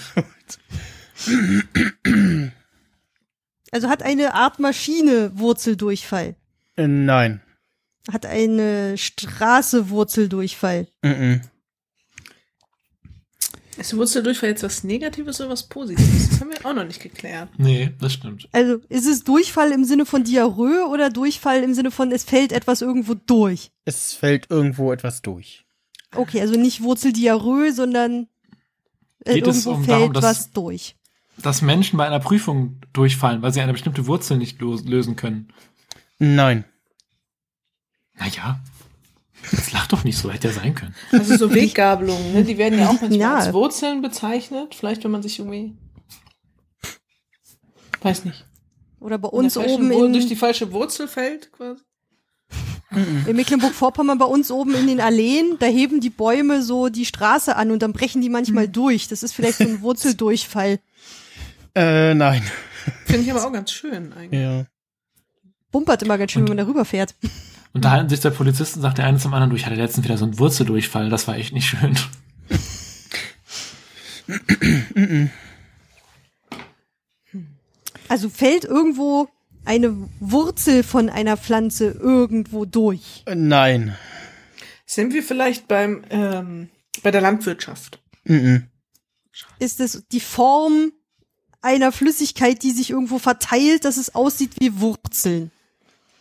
Speaker 3: Also hat eine Art Maschine Wurzeldurchfall.
Speaker 2: Äh, Nein.
Speaker 3: Hat eine Straße Wurzeldurchfall.
Speaker 2: Mm -mm.
Speaker 5: Ist Wurzeldurchfall jetzt was Negatives oder was Positives? Das haben wir auch noch nicht geklärt.
Speaker 1: Nee, das stimmt.
Speaker 3: Also ist es Durchfall im Sinne von Diarrhoe oder Durchfall im Sinne von es fällt etwas irgendwo durch?
Speaker 2: Es fällt irgendwo etwas durch.
Speaker 3: Okay, also nicht Wurzeldiarrhoe, sondern äh,
Speaker 1: Geht es
Speaker 3: irgendwo
Speaker 1: um
Speaker 3: fällt
Speaker 1: darum, dass-
Speaker 3: was durch.
Speaker 1: Dass Menschen bei einer Prüfung durchfallen, weil sie eine bestimmte Wurzel nicht los- lösen können.
Speaker 2: Nein.
Speaker 1: Naja. Das lacht doch nicht so, hätte ja sein können.
Speaker 5: Also so Weggabelungen, ne? die werden ja auch manchmal
Speaker 3: Ja.
Speaker 5: als Wurzeln bezeichnet. Vielleicht, wenn man sich irgendwie. Weiß nicht.
Speaker 3: Oder bei
Speaker 5: in der
Speaker 3: uns
Speaker 5: falschen
Speaker 3: oben
Speaker 5: Wur-
Speaker 3: in,
Speaker 5: durch die falsche Wurzel fällt quasi.
Speaker 3: in Mecklenburg-Vorpommern, bei uns oben in den Alleen, da heben die Bäume so die Straße an und dann brechen die manchmal
Speaker 5: Hm.
Speaker 3: durch. Das ist vielleicht so ein Wurzeldurchfall.
Speaker 2: Äh, nein.
Speaker 5: Finde ich aber auch ganz schön eigentlich.
Speaker 2: Ja.
Speaker 3: Bumpert immer ganz schön, wenn man darüber fährt.
Speaker 1: Und da halten sich der Polizist und sagt der eine zum anderen, du, ich hatte letztens wieder so einen Wurzeldurchfall, das war echt nicht schön.
Speaker 3: Also fällt irgendwo eine Wurzel von einer Pflanze irgendwo durch.
Speaker 2: Äh, Nein.
Speaker 5: Sind wir vielleicht beim ähm, bei der Landwirtschaft?
Speaker 2: Mm -mm.
Speaker 3: Ist es die Form einer Flüssigkeit, die sich irgendwo verteilt, dass es aussieht wie Wurzeln?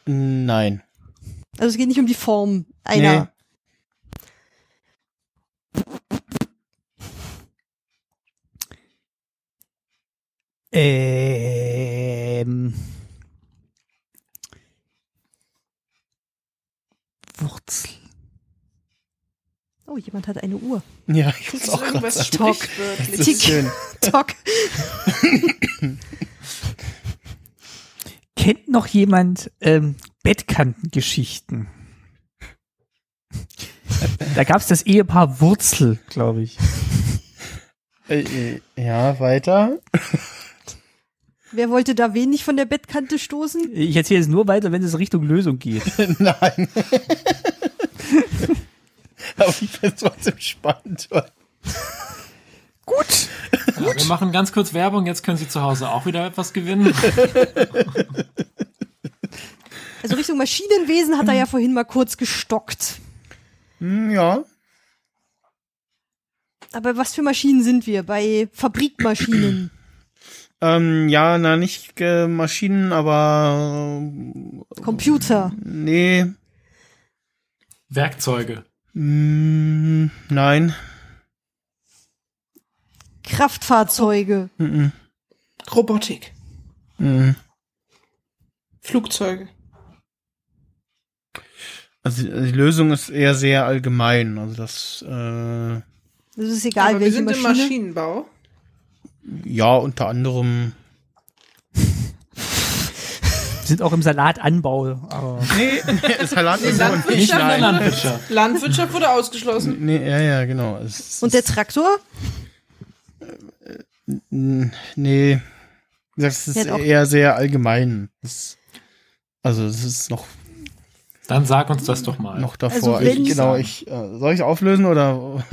Speaker 2: Nein.
Speaker 3: Also es geht nicht um die Form einer.
Speaker 4: Ähm. Wurzel.
Speaker 3: Oh, jemand hat eine Uhr.
Speaker 2: Ja, ich
Speaker 5: Das
Speaker 2: muss
Speaker 5: ist
Speaker 2: auch gerade
Speaker 5: Also irgendwas
Speaker 2: sagen.
Speaker 5: sprichwörtlich.
Speaker 2: Das ist schön.
Speaker 3: Tock.
Speaker 4: Kennt noch jemand ähm, Bettkantengeschichten? da gab es das Ehepaar Wurzel, glaube ich.
Speaker 2: Äh, äh, ja, weiter.
Speaker 3: Wer wollte da wen nicht von der Bettkante stoßen?
Speaker 4: Ich erzähle es nur weiter, wenn es Richtung Lösung geht.
Speaker 2: Nein. Aber ich finde es trotzdem spannend. weil-
Speaker 4: Gut.
Speaker 1: Ja, wir machen ganz kurz Werbung, jetzt können Sie zu Hause auch wieder etwas gewinnen.
Speaker 3: Also Richtung Maschinenwesen hat er ja vorhin mal kurz gestockt.
Speaker 2: Hm, ja.
Speaker 3: Aber was für Maschinen sind wir? Bei Fabrikmaschinen.
Speaker 2: Ähm, ja, na, nicht äh, Maschinen, aber äh,
Speaker 5: Oh.
Speaker 3: Computer.
Speaker 2: nee.
Speaker 1: Werkzeuge.
Speaker 2: Mm, nein.
Speaker 3: Kraftfahrzeuge.
Speaker 2: Mm,
Speaker 5: Robotik.
Speaker 2: mm, mm.
Speaker 5: Flugzeuge.
Speaker 2: Also die die Lösung ist eher sehr allgemein. Also das, äh,
Speaker 3: Das ist egal,
Speaker 5: Aber wir
Speaker 3: welche
Speaker 5: sind
Speaker 3: Maschine.
Speaker 5: im Maschinenbau.
Speaker 2: ja, unter anderem.
Speaker 4: Wir sind auch im Salatanbau. Aber
Speaker 2: Nee, Salat ist
Speaker 5: Landwirtschaft
Speaker 2: nicht
Speaker 5: oder
Speaker 1: Nein.
Speaker 2: nein.
Speaker 1: Landwirtschaft.
Speaker 5: Landwirtschaft wurde ausgeschlossen.
Speaker 2: Nee, ja, ja, genau. Es,
Speaker 3: Und der Traktor?
Speaker 2: Mm, Nee. Das ist
Speaker 3: Ja, doch.
Speaker 2: eher sehr allgemein. Das, also es ist noch,
Speaker 1: Dann sag uns das doch mal.
Speaker 2: noch davor.
Speaker 3: Also wenn-
Speaker 2: ich, genau, ich, äh, soll ich auflösen oder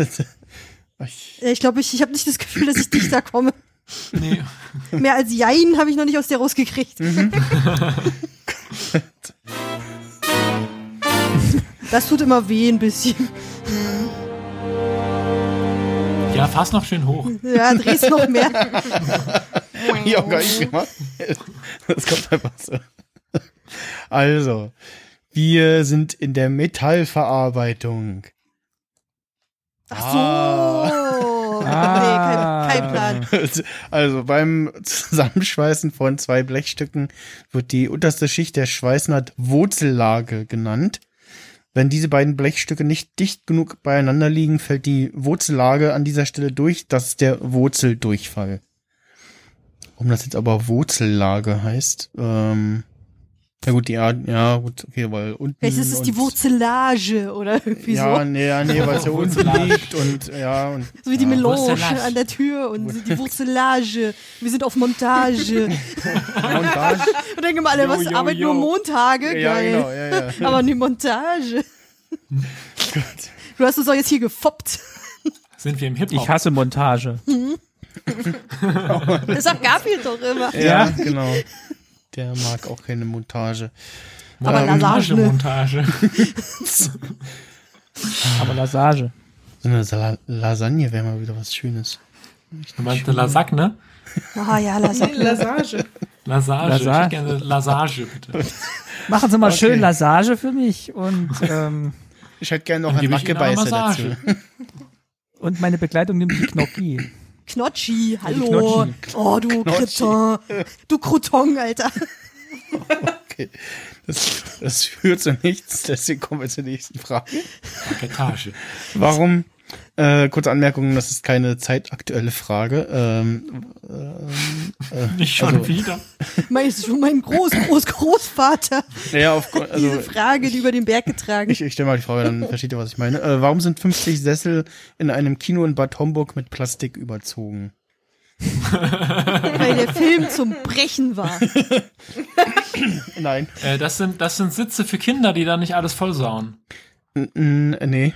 Speaker 2: ich,
Speaker 3: Äh, Ich glaube, ich, ich habe nicht das Gefühl, dass ich dich da komme.
Speaker 1: Nee.
Speaker 3: Mehr als Jein habe ich noch nicht aus dir rausgekriegt.
Speaker 5: Mhm.
Speaker 3: das tut immer weh ein bisschen.
Speaker 1: Ja, fass noch schön hoch.
Speaker 3: Ja, dreh's noch mehr.
Speaker 2: ja auch gar nicht gemacht. Das kommt einfach so. Also, wir sind in der Metallverarbeitung.
Speaker 3: Ach
Speaker 5: Ah.
Speaker 3: so. Nee, kein, kein Plan.
Speaker 2: Also beim Zusammenschweißen von zwei Blechstücken wird die unterste Schicht der Schweißnaht Wurzellage genannt. Wenn diese beiden Blechstücke nicht dicht genug beieinander liegen, fällt die Wurzellage an dieser Stelle durch. Das ist der Wurzeldurchfall. Warum das jetzt aber Wurzellage heißt? Ähm, ja gut, die Ar- ja gut, okay, weil unten.
Speaker 3: Vielleicht ist es die
Speaker 2: Mm, und-
Speaker 3: Wurzelage oder irgendwie
Speaker 2: Ja,
Speaker 3: so.
Speaker 2: nee, ja, nee, weil es ja unten
Speaker 1: Wurzelage.
Speaker 2: liegt und ja und
Speaker 3: So wie die Melange
Speaker 1: Wurzelage.
Speaker 3: an der Tür und die Wurzelage. Wir sind auf Montage.
Speaker 2: und da.
Speaker 3: Und denken mal alle,
Speaker 1: Yo,
Speaker 3: was?
Speaker 1: yo,
Speaker 3: Arbeit
Speaker 1: yo.
Speaker 3: nur Montage?
Speaker 2: Ja,
Speaker 3: Geil.
Speaker 2: genau, ja, ja.
Speaker 3: Aber eine Montage. Du hast uns doch jetzt hier gefoppt.
Speaker 1: Sind wir im Hip-Hop?
Speaker 4: ich hasse Montage.
Speaker 3: Das sagt Gabriel doch immer.
Speaker 2: Ja,
Speaker 4: Ja.
Speaker 2: genau. Der mag auch keine Montage.
Speaker 3: Aber
Speaker 1: Montage,
Speaker 3: Lasagne.
Speaker 1: Montage.
Speaker 4: Aber Lassage.
Speaker 2: So eine Sala Lasagne wäre mal wieder was Schönes.
Speaker 1: Du meinst eine Lasagne?
Speaker 3: Ah ja, Lasagne.
Speaker 5: Lassage.
Speaker 1: Lasage. Ich
Speaker 4: Lasa-
Speaker 1: hätte gerne Lasage, bitte.
Speaker 4: Machen Sie mal schön Lassage für mich und, ähm,
Speaker 2: Ich hätte gerne noch
Speaker 1: Dann
Speaker 2: einen
Speaker 1: gebe ich Ihnen eine
Speaker 2: Mackebeißer dazu.
Speaker 1: Massage.
Speaker 4: und meine Begleitung nimmt die Knocki.
Speaker 3: Knotschi, hallo. Oh, du Cretin. Du Crouton, Alter.
Speaker 2: Okay. Das, das führt zu nichts, deswegen kommen wir zur nächsten Frage.
Speaker 1: Etage.
Speaker 2: Warum? Äh, kurze Anmerkung, das ist keine zeitaktuelle Frage. Ähm,
Speaker 1: Nicht schon
Speaker 2: Also-
Speaker 1: wieder.
Speaker 3: Mein, das ist schon mein Groß, Groß, Großvater.
Speaker 2: ja, auf, also
Speaker 3: Diese Frage, die über den Berg getragen
Speaker 2: ich, ich stelle mal die Frage, dann versteht ihr, was ich meine. Äh, warum sind 50 Sessel in einem Kino in Bad Homburg mit Plastik überzogen?
Speaker 3: weil der Film zum Brechen war.
Speaker 2: Nein.
Speaker 1: Äh, das, sind, das sind Sitze für Kinder, die da nicht alles vollsauen.
Speaker 2: N n- äh, nee.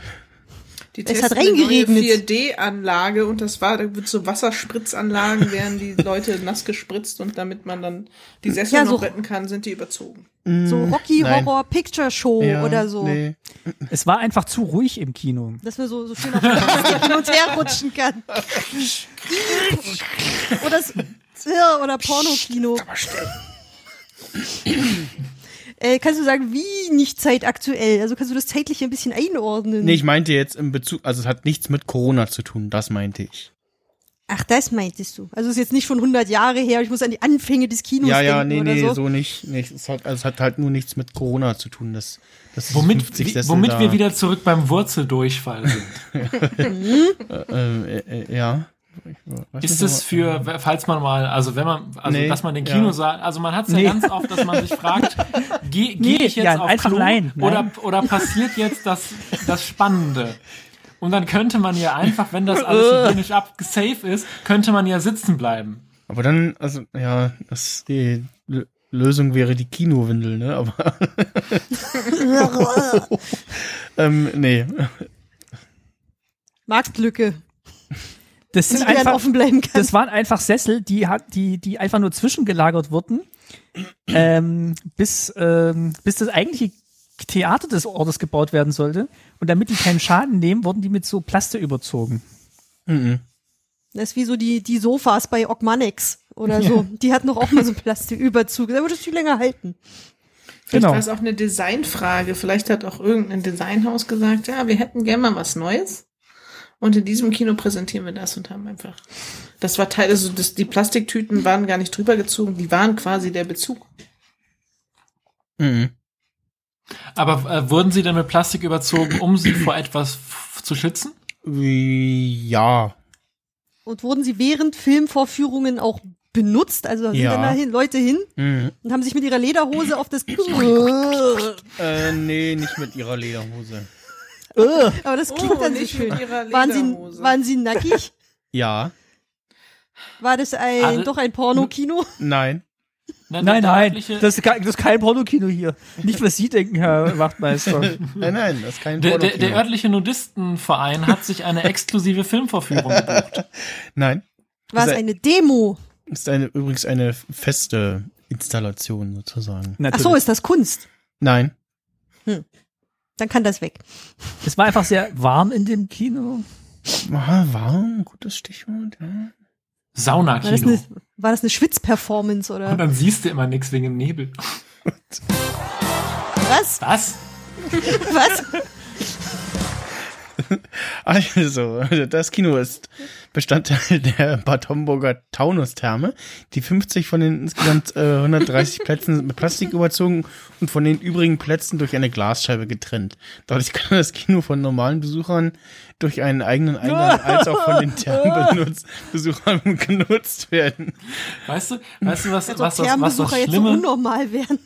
Speaker 5: Die
Speaker 3: Es hat
Speaker 5: testen eine neue
Speaker 3: reingeregnet.
Speaker 5: 4D-Anlage und das war, da wird so Wasserspritzanlagen, werden die Leute nass gespritzt und damit man dann die Sessel
Speaker 3: Ja, so-
Speaker 5: noch retten kann, sind die überzogen.
Speaker 3: So Rocky
Speaker 2: Mhm. Nein.
Speaker 3: Horror Picture Show
Speaker 2: Ja,
Speaker 3: Oh, oder so.
Speaker 2: Nee.
Speaker 4: Es war einfach zu ruhig im Kino.
Speaker 3: Dass man so, so schön auf dem Plastik hin und her rutschen kann. oder, s- ja, oder Pornokino. Äh, kannst du sagen, wie nicht zeitaktuell? Also kannst du das zeitlich ein bisschen einordnen?
Speaker 2: Nee, ich meinte jetzt im Bezug, also es hat nichts mit Corona zu tun, das meinte ich.
Speaker 3: Ach, das meintest du. Also ist jetzt nicht schon 100 Jahre her, ich muss an die Anfänge des Kinos
Speaker 2: Ja, ja,
Speaker 3: denken
Speaker 2: nee,
Speaker 3: oder
Speaker 2: nee, so,
Speaker 3: so.
Speaker 2: nicht. Nee, es, hat, also es hat halt nur nichts mit Corona zu tun. Das, das ist
Speaker 1: Womit,
Speaker 2: 50
Speaker 1: wi-
Speaker 2: Sessel
Speaker 1: womit
Speaker 2: da.
Speaker 1: wir wieder zurück beim Wurzeldurchfall sind.
Speaker 2: Ähm, äh, äh, ja. Ich weiß
Speaker 1: Ist
Speaker 2: nicht,
Speaker 1: es
Speaker 2: aber-
Speaker 1: für, falls man mal, also wenn man, also
Speaker 2: Nee,
Speaker 1: dass man den
Speaker 2: ja.
Speaker 1: Kinosaal, also man hat es ja
Speaker 4: Nee.
Speaker 1: ganz oft, dass man sich fragt, gehe geh
Speaker 4: Nee,
Speaker 1: ich jetzt
Speaker 4: Jan,
Speaker 1: auf
Speaker 4: einfach
Speaker 1: Klo
Speaker 4: nein, nein.
Speaker 1: oder oder passiert jetzt das das Spannende? Und dann könnte man ja einfach, wenn das alles hygienisch ab safe ist, könnte man ja sitzen bleiben.
Speaker 2: Aber dann, also, ja, das, die L Lösung wäre die Kinowindel, ne? Aber. ähm, nee.
Speaker 3: Marktlücke,
Speaker 4: Das
Speaker 3: die
Speaker 4: sind
Speaker 3: dann
Speaker 4: einfach,
Speaker 3: offen bleiben kann.
Speaker 4: das waren einfach Sessel, die hat, die, die einfach nur zwischengelagert wurden, ähm, bis, ähm, bis das eigentliche Theater des Ortes gebaut werden sollte. Und damit die keinen Schaden nehmen, wurden die mit so Plaste überzogen.
Speaker 3: Das ist wie so die, die Sofas bei Ogmanex oder so. Die hatten doch auch mal so einen Plastiküberzug. Da würdest du länger halten.
Speaker 5: Vielleicht
Speaker 4: Genau.
Speaker 5: war es auch eine Designfrage. Vielleicht hat auch irgendein Designhaus gesagt, ja, wir hätten gerne mal was Neues. Und in diesem Kino präsentieren wir das und haben einfach. Das war Teil, also das, die Plastiktüten waren gar nicht drüber gezogen, die waren quasi der Bezug.
Speaker 2: Mhm.
Speaker 1: Aber äh, wurden sie dann mit Plastik überzogen, um sie vor etwas f- zu schützen?
Speaker 2: Ja.
Speaker 3: Und wurden sie während Filmvorführungen auch benutzt? Also da sind
Speaker 2: Ja.
Speaker 3: dann dahin Leute hin
Speaker 2: Mhm.
Speaker 3: und haben sich mit ihrer Lederhose auf das. Aber
Speaker 2: Äh, nee, nicht mit ihrer Lederhose.
Speaker 3: das klingt dann so schön.
Speaker 5: Oh, ihrer
Speaker 3: Waren sie, waren sie nackig?
Speaker 2: Ja.
Speaker 3: War das ein
Speaker 1: Also-
Speaker 3: doch ein Pornokino?
Speaker 2: Nein.
Speaker 4: Nein,
Speaker 1: der
Speaker 4: nein,
Speaker 1: örtliche-
Speaker 4: das ist, kein, das ist kein Pornokino hier. Nicht, was Sie denken, Herr Wachtmeister.
Speaker 2: Nein, Äh, nein, das ist kein
Speaker 1: der, der, der
Speaker 2: Pornokino.
Speaker 1: örtliche Nudistenverein hat sich eine exklusive Filmvorführung gebucht.
Speaker 2: Nein.
Speaker 3: War es
Speaker 2: Sei-
Speaker 3: eine Demo?
Speaker 2: Ist eine, übrigens eine feste Installation sozusagen.
Speaker 3: Ach so, ist das Kunst?
Speaker 2: Nein.
Speaker 3: Dann kann das weg.
Speaker 4: es war einfach sehr warm in dem Kino.
Speaker 2: Ah, warm, gutes Stichwort. Ja.
Speaker 3: War das
Speaker 1: Saunakino.
Speaker 3: eine, war das eine Schwitzperformance
Speaker 1: Und
Speaker 3: oder
Speaker 1: dann siehst du immer nichts wegen dem Nebel.
Speaker 3: was?
Speaker 1: Was?
Speaker 3: Was?
Speaker 2: Also, das Kino ist Bestandteil der Bad Homburger Taunustherme. Die 50 von den insgesamt äh, 130 Plätzen sind mit Plastik überzogen und von den übrigen Plätzen durch eine Glasscheibe getrennt. Dadurch kann das Kino von normalen Besuchern durch einen eigenen Eingang als auch von den Thermenbesuchern genutzt werden.
Speaker 1: Weißt du, weißt du was, was, das,
Speaker 3: Als ob
Speaker 1: was, das
Speaker 3: Thermenbesucher jetzt so
Speaker 1: Schlimme,
Speaker 3: unnormal wären.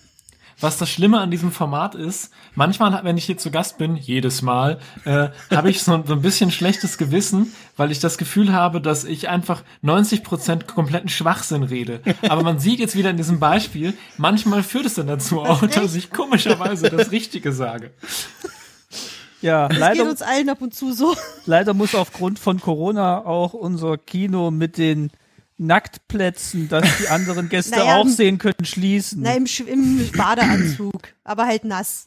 Speaker 1: was das Schlimme an diesem Format ist? Manchmal, wenn ich hier zu Gast bin, jedes Mal, äh, habe ich so, ein- so ein bisschen schlechtes Gewissen, weil ich das Gefühl habe, dass ich einfach 90% kompletten Schwachsinn rede. Aber man sieht jetzt wieder in diesem Beispiel, manchmal führt es dann dazu auch, dass ich komischerweise das Richtige sage.
Speaker 4: Ja,
Speaker 3: Geht
Speaker 4: leider,
Speaker 3: uns allen ab und zu so.
Speaker 4: leider muss aufgrund von Corona auch unser Kino mit den Nacktplätzen, dass die anderen Gäste
Speaker 3: Naja,
Speaker 4: auch
Speaker 3: m-
Speaker 4: sehen können,
Speaker 5: Hm.
Speaker 4: schließen.
Speaker 3: Na, im, Sch- im Badeanzug. aber halt nass.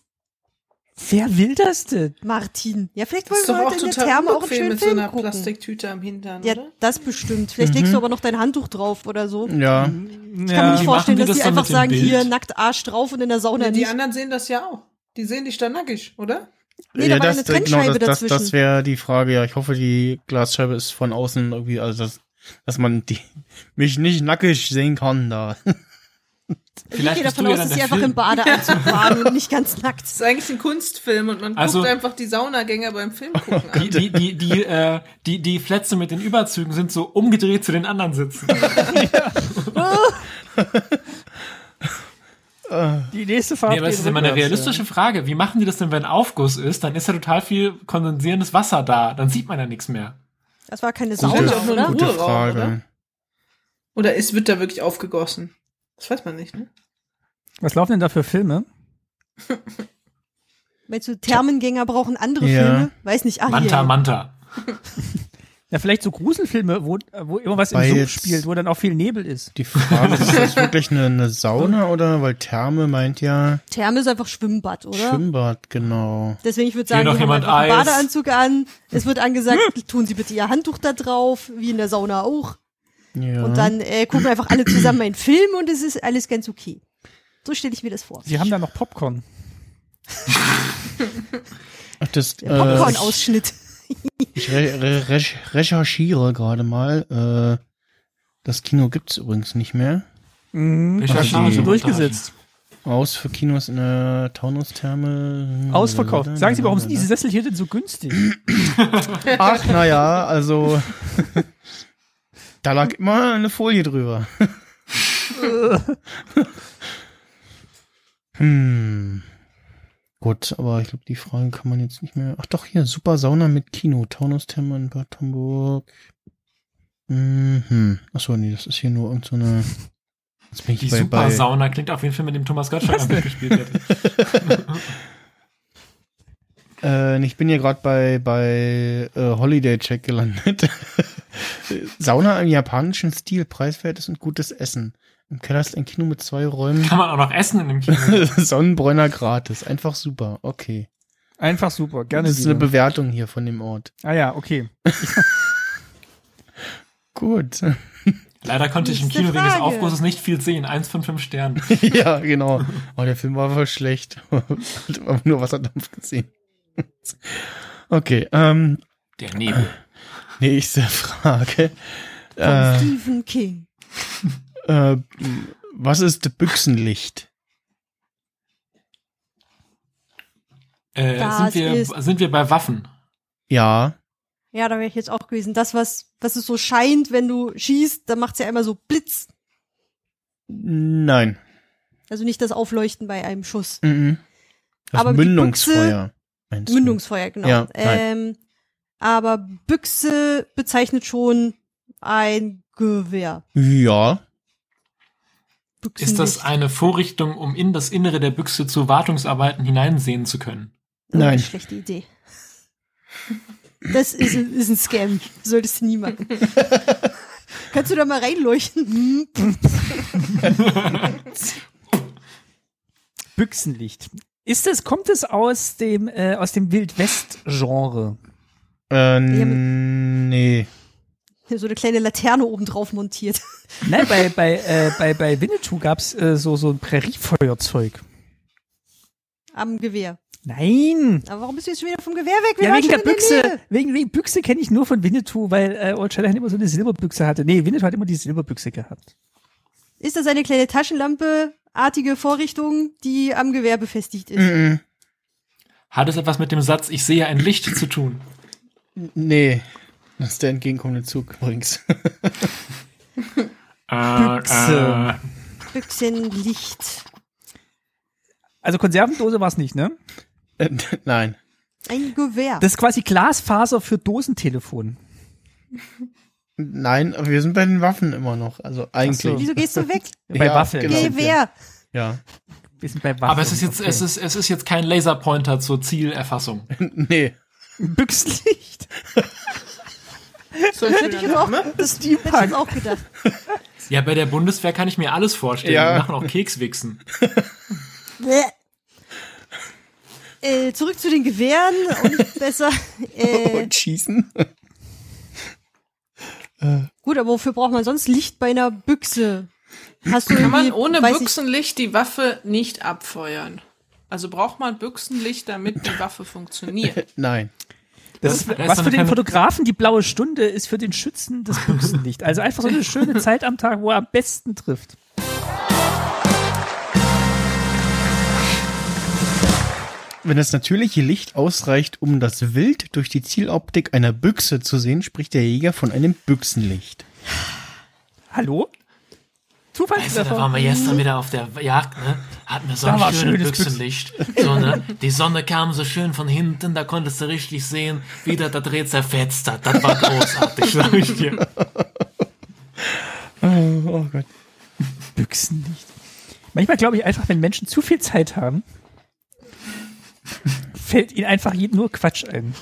Speaker 4: Wer will das denn?
Speaker 3: Martin. Ja, vielleicht
Speaker 5: das
Speaker 3: wollen
Speaker 5: ist
Speaker 3: wir
Speaker 5: doch auch
Speaker 3: heute in der
Speaker 5: total
Speaker 3: Therme auch einen
Speaker 5: unbequem
Speaker 3: schönen
Speaker 5: mit so
Speaker 3: Film
Speaker 5: einer
Speaker 3: gucken.
Speaker 5: Plastiktüte am Hintern,
Speaker 3: Ja,
Speaker 5: oder?
Speaker 3: das bestimmt. Vielleicht legst du aber noch dein Handtuch drauf oder so. Ich
Speaker 2: Ja,
Speaker 3: kann mir
Speaker 1: Wie
Speaker 3: nicht
Speaker 1: machen
Speaker 3: vorstellen,
Speaker 1: Mhm. die das
Speaker 3: dass die
Speaker 1: dann
Speaker 3: einfach
Speaker 1: mit dem
Speaker 3: sagen,
Speaker 1: Bild?
Speaker 3: hier nackt Arsch drauf und in der Sauna
Speaker 5: Die
Speaker 3: nicht.
Speaker 5: anderen sehen das ja auch. Die sehen dich dann nackig, oder?
Speaker 3: Nee, da
Speaker 2: ja,
Speaker 3: war eine Trennscheibe
Speaker 2: das, das, das
Speaker 3: dazwischen.
Speaker 2: wäre die Frage, ja. Ich hoffe, die Glasscheibe ist von außen irgendwie, also das, dass man die mich nicht nackig sehen kann da.
Speaker 3: ich
Speaker 1: Vielleicht
Speaker 3: gehe
Speaker 1: bist
Speaker 3: davon
Speaker 1: du ja
Speaker 3: aus,
Speaker 1: dann
Speaker 3: dass die
Speaker 1: der
Speaker 3: einfach
Speaker 1: Film.
Speaker 3: im Badeanzug waren und nicht ganz nackt.
Speaker 5: Das ist eigentlich ein Kunstfilm und man
Speaker 1: Also-
Speaker 5: guckt einfach die Saunagänger beim Film gucken
Speaker 1: Die,
Speaker 5: an.
Speaker 1: die, die, die, äh, die, die Plätze mit den Überzügen sind so umgedreht zu den anderen Sitzen.
Speaker 4: Die nächste Farbe.
Speaker 1: Ja, aber das ist immer eine realistische Frage. Wie machen die das denn, wenn Aufguss ist? Dann ist ja total viel kondensierendes Wasser da. Dann sieht man ja nichts mehr.
Speaker 3: Das war keine
Speaker 5: Gute-
Speaker 3: Sauna,
Speaker 5: Gute-
Speaker 3: oder?
Speaker 5: Gute- Ruheraum, oder? Oder es wird da wirklich aufgegossen. Das weiß man nicht, ne?
Speaker 4: Was laufen denn da für Filme?
Speaker 3: Meinst du, Thermengänger brauchen andere
Speaker 2: Ja.
Speaker 3: Filme? Weiß nicht. Ach,
Speaker 1: Manta,
Speaker 3: hier.
Speaker 1: Manta.
Speaker 4: Ja, vielleicht so Gruselfilme, wo, wo immer was im
Speaker 2: Weil
Speaker 4: Sumpf
Speaker 2: jetzt-
Speaker 4: spielt, wo dann auch viel Nebel ist.
Speaker 2: Die Frage ist, ist das wirklich eine, eine Sauna oder? Weil Therme meint ja
Speaker 3: Therme ist einfach Schwimmbad, oder?
Speaker 2: Schwimmbad, genau.
Speaker 3: Deswegen, ich würde
Speaker 1: Hier
Speaker 3: sagen,
Speaker 1: noch
Speaker 3: wir haben
Speaker 1: jemand
Speaker 3: einfach einen
Speaker 1: Eis.
Speaker 3: Badeanzug an. Es wird angesagt, tun Sie bitte Ihr Handtuch da drauf, wie in der Sauna auch.
Speaker 2: Ja.
Speaker 3: Und dann äh, gucken einfach alle zusammen einen Film und es ist alles ganz okay. So stelle ich mir das vor.
Speaker 4: Sie haben da noch Popcorn.
Speaker 2: Ach, das,
Speaker 3: Der
Speaker 2: äh,
Speaker 3: Popcorn-Ausschnitt.
Speaker 2: Ich re re recher- recherchiere gerade mal. Äh, das Kino gibt's übrigens nicht mehr.
Speaker 3: Hm.
Speaker 4: Mhm,
Speaker 1: Ich
Speaker 4: das
Speaker 2: verstehe.
Speaker 4: haben sie durchgesetzt.
Speaker 2: Aus für Kinos in der Taunustherme.
Speaker 4: Ausverkauft. Sagen Sie, warum sind diese Sessel hier denn so günstig?
Speaker 2: Ach, naja, also. da lag immer eine Folie drüber. hm. Gut, aber ich glaube, die Frage kann man jetzt nicht mehr. Ach doch, hier, Super Sauna mit Kino, Taunustherme in Bad Homburg. Mhm. Achso, nee, das ist hier nur irgendeine. So eine- Jetzt bin ich
Speaker 1: Die
Speaker 2: bei,
Speaker 1: Super
Speaker 2: bei,
Speaker 1: Sauna klingt auf jeden Fall mit dem Thomas Gottschalk mitgespielt hätte.
Speaker 2: Äh, ich bin ja gerade bei, bei äh, Holiday Check gelandet. Sauna im japanischen Stil, preiswertes und gutes Essen. Im Keller ist ein Kino mit zwei Räumen.
Speaker 1: Kann man auch noch essen in dem Kino.
Speaker 2: Sonnenbräuner gratis. Einfach super. Okay.
Speaker 4: Einfach super, gerne
Speaker 2: Das ist eine
Speaker 4: wieder.
Speaker 2: Bewertung hier von dem Ort.
Speaker 4: Ah ja, okay.
Speaker 2: Gut.
Speaker 1: Leider konnte ich im
Speaker 3: Nächste
Speaker 1: Kino wegen des
Speaker 3: Frage.
Speaker 1: Aufgusses nicht viel sehen. Eins von fünf Sternen.
Speaker 2: ja, genau. Oh, der Film war voll schlecht. Hat aber nur Wasserdampf gesehen. okay. Ähm,
Speaker 1: Der Nebel.
Speaker 2: nächste Frage.
Speaker 3: Von
Speaker 2: Äh,
Speaker 3: Stephen King.
Speaker 2: äh, was ist Büchsenlicht?
Speaker 1: Äh,
Speaker 3: Das
Speaker 1: sind, wir,
Speaker 3: ist-
Speaker 1: sind wir bei Waffen?
Speaker 2: Ja.
Speaker 3: Ja, da wäre ich jetzt auch gewesen. Das, was, was es so scheint, wenn du schießt, dann macht's ja immer so Blitz.
Speaker 2: Nein.
Speaker 3: Also nicht das Aufleuchten bei einem Schuss.
Speaker 2: Mhm. Das
Speaker 3: Aber die
Speaker 2: Mündungsfeuer. meinst du?
Speaker 3: Mündungsfeuer, genau.
Speaker 2: Ja, nein.
Speaker 3: ähm, aber Büchse bezeichnet schon ein Gewehr.
Speaker 2: Ja.
Speaker 3: Büchsen
Speaker 1: Ist das eine Vorrichtung, um in das Innere der Büchse zu Wartungsarbeiten hineinsehen zu können?
Speaker 2: Nein.
Speaker 3: schlechte Idee. Das ist, ein- ist ein Scam. Solltest du nie machen. Kannst du da mal reinleuchten? Hm,
Speaker 4: Büchsenlicht. Ist es, kommt es aus dem, äh, aus dem Wildwest-Genre?
Speaker 2: Äh, nee.
Speaker 3: So eine kleine Laterne oben drauf montiert.
Speaker 4: Nein, bei, bei, äh, bei, bei Winnetou gab's äh, so, so ein Präriefeuerzeug.
Speaker 3: Am Gewehr.
Speaker 4: Nein!
Speaker 3: Aber warum bist du jetzt schon wieder vom Gewehr weg? Wir
Speaker 4: Ja,
Speaker 3: waren
Speaker 4: wegen der
Speaker 3: schon in
Speaker 4: Büchse.
Speaker 3: Nähe.
Speaker 4: Wegen, wegen Büchse kenne ich nur von Winnetou, weil äh, Old Shatterhand immer so eine Silberbüchse hatte. Nee, Winnetou hat immer die Silberbüchse gehabt.
Speaker 3: Ist das eine kleine Taschenlampe-artige Vorrichtung, die am Gewehr befestigt ist?
Speaker 2: Mhm.
Speaker 1: Hat es etwas mit dem Satz, ich sehe ein Licht zu tun?
Speaker 2: Nee. Das ist der entgegenkommende Zug übrigens.
Speaker 1: Äh,
Speaker 4: Büchse.
Speaker 3: Büchsenlicht.
Speaker 4: Also Konservendose war's nicht, ne?
Speaker 2: Äh, Nein.
Speaker 3: Ein Gewehr.
Speaker 4: Das ist quasi Glasfaser für Dosentelefon.
Speaker 2: Nein, aber wir sind bei den Waffen immer noch. Also eigentlich.
Speaker 3: Wieso gehehst du weg?
Speaker 4: Bei
Speaker 2: Ja,
Speaker 4: Waffeln.
Speaker 2: genau.
Speaker 4: sind wir.
Speaker 3: Gewehr.
Speaker 2: Ja.
Speaker 4: Wir sind bei Waffeln.
Speaker 1: Aber es ist jetzt,
Speaker 4: okay.
Speaker 1: es ist, es ist jetzt kein Laserpointer zur Zielerfassung.
Speaker 2: nee.
Speaker 4: Büchsenlicht.
Speaker 5: So ein
Speaker 3: Hätte ich
Speaker 5: schöner
Speaker 3: jetzt auch,
Speaker 4: ne?
Speaker 5: Name.
Speaker 3: das hätte ich jetzt auch gedacht.
Speaker 1: Ja, bei der Bundeswehr kann ich mir alles vorstellen.
Speaker 2: Ja.
Speaker 1: Die machen auch Kekswichsen.
Speaker 3: Bäh. Äh, zurück zu den Gewehren und besser. Äh,
Speaker 2: Und schießen.
Speaker 3: gut, aber wofür braucht man sonst Licht bei einer Büchse? Hast du
Speaker 5: Kann man
Speaker 3: irgendwie-
Speaker 5: ohne
Speaker 3: weiß
Speaker 5: Büchsenlicht die Waffe nicht abfeuern? Also braucht man Büchsenlicht, damit die Waffe funktioniert.
Speaker 2: Nein.
Speaker 4: Das ist,
Speaker 1: Da ist
Speaker 4: was
Speaker 1: so
Speaker 4: für
Speaker 1: eine
Speaker 4: den
Speaker 1: kleine-
Speaker 4: Fotografen die blaue Stunde ist, für den Schützen das Büchsenlicht. Also einfach so eine schöne Zeit am Tag, wo er am besten trifft.
Speaker 2: Wenn das natürliche Licht ausreicht, um das Wild durch die Zieloptik einer Büchse zu sehen, spricht der Jäger von einem Büchsenlicht.
Speaker 4: Hallo?
Speaker 1: Weißt du, Also, da waren
Speaker 4: Zufallstreffer.
Speaker 1: wir gestern wieder auf der Jagd, ne? Hatten wir so
Speaker 4: Da
Speaker 1: ein
Speaker 4: war
Speaker 1: schönes
Speaker 4: schönes
Speaker 1: Büchsenlicht. So, ne? Die Sonne kam so schön von hinten, da konntest du richtig sehen, wie der da Dreh zerfetzt hat. Das war großartig, sag ich dir.
Speaker 2: Oh, oh Gott.
Speaker 4: Büchsenlicht. Manchmal glaube ich einfach, wenn Menschen zu viel Zeit haben, fällt ihnen einfach je- nur Quatsch ein.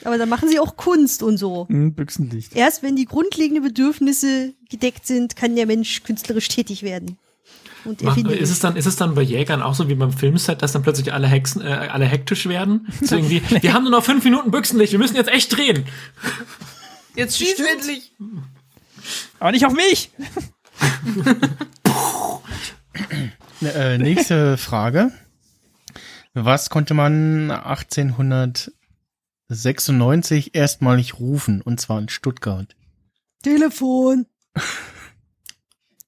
Speaker 3: Ich, aber dann machen sie auch Kunst und so.
Speaker 4: Hm, Büchsenlicht.
Speaker 3: Erst wenn die grundlegenden Bedürfnisse gedeckt sind, kann der Mensch künstlerisch tätig werden. Und
Speaker 1: Mach,
Speaker 3: erfinden.
Speaker 1: ist, es dann, ist es dann bei Jägern auch so wie beim Filmset, dass dann plötzlich alle, Hexen, äh, alle hektisch werden? So irgendwie, wir haben nur noch fünf Minuten Büchsenlicht, wir müssen jetzt echt drehen.
Speaker 5: Jetzt schießt endlich.
Speaker 4: Aber nicht auf mich!
Speaker 2: Äh, nächste Frage. Was konnte man 1870 96 erstmalig rufen, und zwar in Stuttgart.
Speaker 3: Telefon.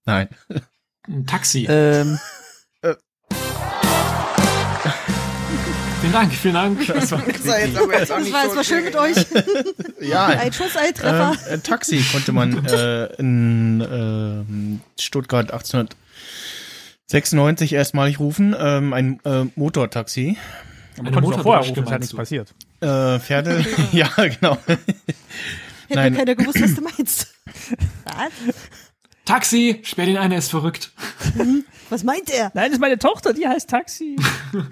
Speaker 2: Nein.
Speaker 1: Ein Taxi.
Speaker 4: Ähm,
Speaker 1: Äh. Vielen Dank, vielen Dank. Das war
Speaker 5: Das war jetzt aber jetzt auch
Speaker 3: Das
Speaker 5: nicht
Speaker 3: war, das
Speaker 5: so
Speaker 3: war schön mit euch.
Speaker 2: Ja,
Speaker 3: Ein Schuss, ein Treffer.
Speaker 2: ähm, ein Taxi konnte man äh, in ähm, Stuttgart 1896 erstmalig rufen, ähm, ein äh, Motortaxi.
Speaker 1: eine
Speaker 4: konnte es auch vorher rufen,
Speaker 1: Motortaube,
Speaker 4: ist halt nichts
Speaker 1: meinst du?
Speaker 4: passiert.
Speaker 2: Äh, Pferde, ja genau.
Speaker 3: Hätte
Speaker 2: nein.
Speaker 3: keiner gewusst, was du meinst. Was?
Speaker 1: Taxi, sperr den ein, er ist verrückt.
Speaker 3: Was meint er?
Speaker 4: Nein, das ist meine Tochter, die heißt Taxi.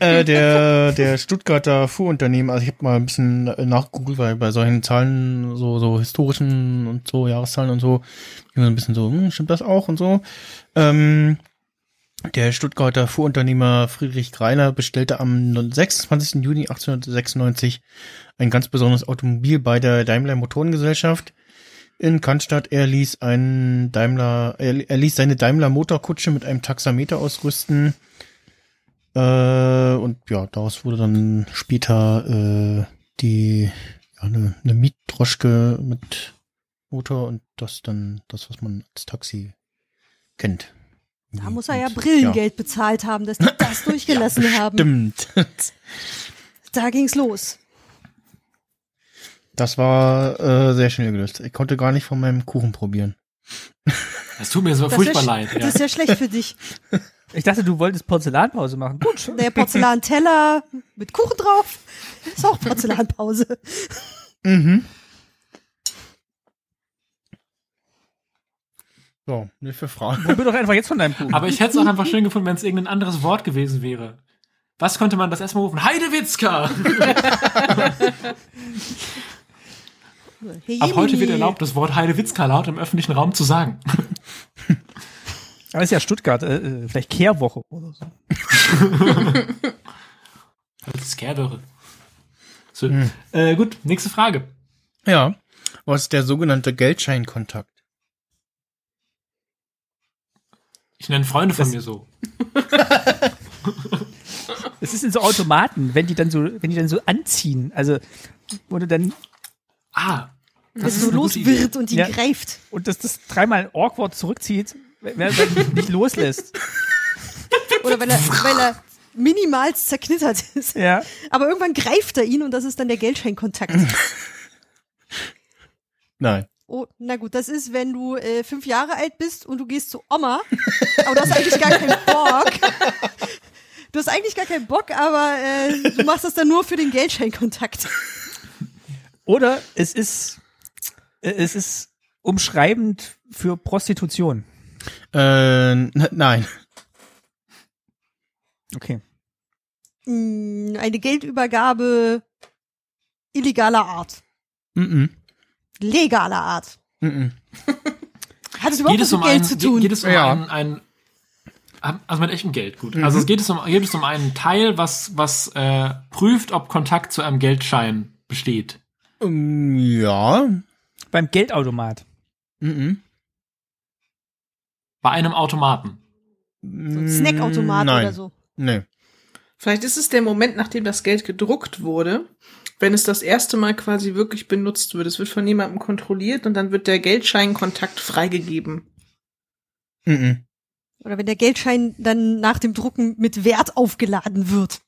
Speaker 2: Äh, der, der Stuttgarter Fuhrunternehmen, also ich habe mal ein bisschen nachgegoogelt, weil bei solchen Zahlen, so, so historischen und so, Jahreszahlen und so, immer so ein bisschen so, hm, stimmt das auch und so. Ähm, der Stuttgarter Fuhrunternehmer Friedrich Greiner bestellte am 26. Juni 1896 ein ganz besonderes Automobil bei der Daimler Motorengesellschaft in Cannstatt. Er ließ einen Daimler, er, er ließ seine Daimler Motorkutsche mit einem Taxameter ausrüsten. Äh, und ja, daraus wurde dann später äh, die ja, eine, eine Mietdroschke mit Motor und das dann das, was man als Taxi kennt.
Speaker 3: Da muss er ja
Speaker 2: Und,
Speaker 3: Brillengeld bezahlt haben, dass die das durchgelassen haben.
Speaker 2: Stimmt.
Speaker 3: Da ging's los.
Speaker 2: Das war äh, sehr schnell gelöst. Ich konnte gar nicht von meinem Kuchen probieren.
Speaker 1: Es tut mir so
Speaker 3: Das
Speaker 1: furchtbar
Speaker 3: ist, ja
Speaker 1: leid.
Speaker 3: sch-
Speaker 1: Ja.
Speaker 3: Das ist ja schlecht für dich.
Speaker 4: Ich dachte, du wolltest Porzellanpause machen. Gut.
Speaker 3: Der Porzellanteller mit Kuchen drauf ist auch Porzellanpause.
Speaker 2: Mhm. So, nicht für Fragen.
Speaker 4: Probier doch einfach jetzt von deinem Kuchen.
Speaker 1: Aber ich hätte es auch einfach schön gefunden, wenn es irgendein anderes Wort gewesen wäre. Was konnte man das erstmal rufen? Heidewitzka!
Speaker 3: Hey,
Speaker 1: Ab heute wird
Speaker 3: Jemini.
Speaker 1: erlaubt, das Wort Heidewitzka laut im öffentlichen Raum zu sagen.
Speaker 4: Aber ist ja Stuttgart, äh, äh, vielleicht Kehrwoche oder so.
Speaker 1: Das ist Kehrwoche. So, äh, gut, nächste Frage.
Speaker 2: Ja. Was ist der sogenannte Geldscheinkontakt?
Speaker 1: Ich nenne Freunde von
Speaker 4: Das-
Speaker 1: mir so.
Speaker 4: Es ist in so Automaten, wenn die dann so, wenn die dann so anziehen. Also, wurde dann,
Speaker 1: Ah, das
Speaker 3: Dass
Speaker 1: ist
Speaker 3: so
Speaker 1: eine
Speaker 3: los
Speaker 1: gute Idee.
Speaker 3: wird und ihn
Speaker 4: Ja.
Speaker 3: greift.
Speaker 4: und das, das dreimal awkward zurückzieht, wenn wenn er dann nicht loslässt.
Speaker 3: Oder weil er, weil er minimal zerknittert ist.
Speaker 4: Ja.
Speaker 3: Aber irgendwann greift er ihn und das ist dann der Geldscheinkontakt.
Speaker 2: Nein.
Speaker 3: Oh, na gut, das ist, wenn du äh, fünf Jahre alt bist und du gehst zu Oma, aber du hast eigentlich gar keinen Bock. Du hast eigentlich gar keinen Bock, aber äh, du machst das dann nur für den Geldscheinkontakt.
Speaker 4: Oder es ist, äh, es ist umschreibend für Prostitution.
Speaker 2: Äh, n- nein.
Speaker 4: Okay.
Speaker 3: Mm, Eine Geldübergabe illegaler Art.
Speaker 2: Mhm.
Speaker 3: Legaler Art.
Speaker 2: Mhm.
Speaker 3: Hat es überhaupt
Speaker 1: Geht
Speaker 3: was
Speaker 1: es
Speaker 3: mit
Speaker 1: um
Speaker 3: Geld
Speaker 1: einen,
Speaker 3: zu tun?
Speaker 1: Geht es um
Speaker 2: Ja.
Speaker 1: einen, einen, also mit echtem Geld, gut. Also es geht es um, geht es um einen Teil, was, was äh, prüft, ob Kontakt zu einem Geldschein besteht.
Speaker 2: Ähm, ja.
Speaker 4: Beim Geldautomat.
Speaker 2: Mhm.
Speaker 1: Bei einem Automaten.
Speaker 3: so ein Snackautomat
Speaker 2: Mm, Nein.
Speaker 3: oder so.
Speaker 2: Nee.
Speaker 5: Vielleicht ist es der Moment, nachdem das Geld gedruckt wurde, wenn es das erste Mal quasi wirklich benutzt wird. Es wird von jemandem kontrolliert und dann wird der Geldscheinkontakt freigegeben.
Speaker 2: Mhm.
Speaker 3: Oder wenn der Geldschein dann nach dem Drucken mit Wert aufgeladen wird.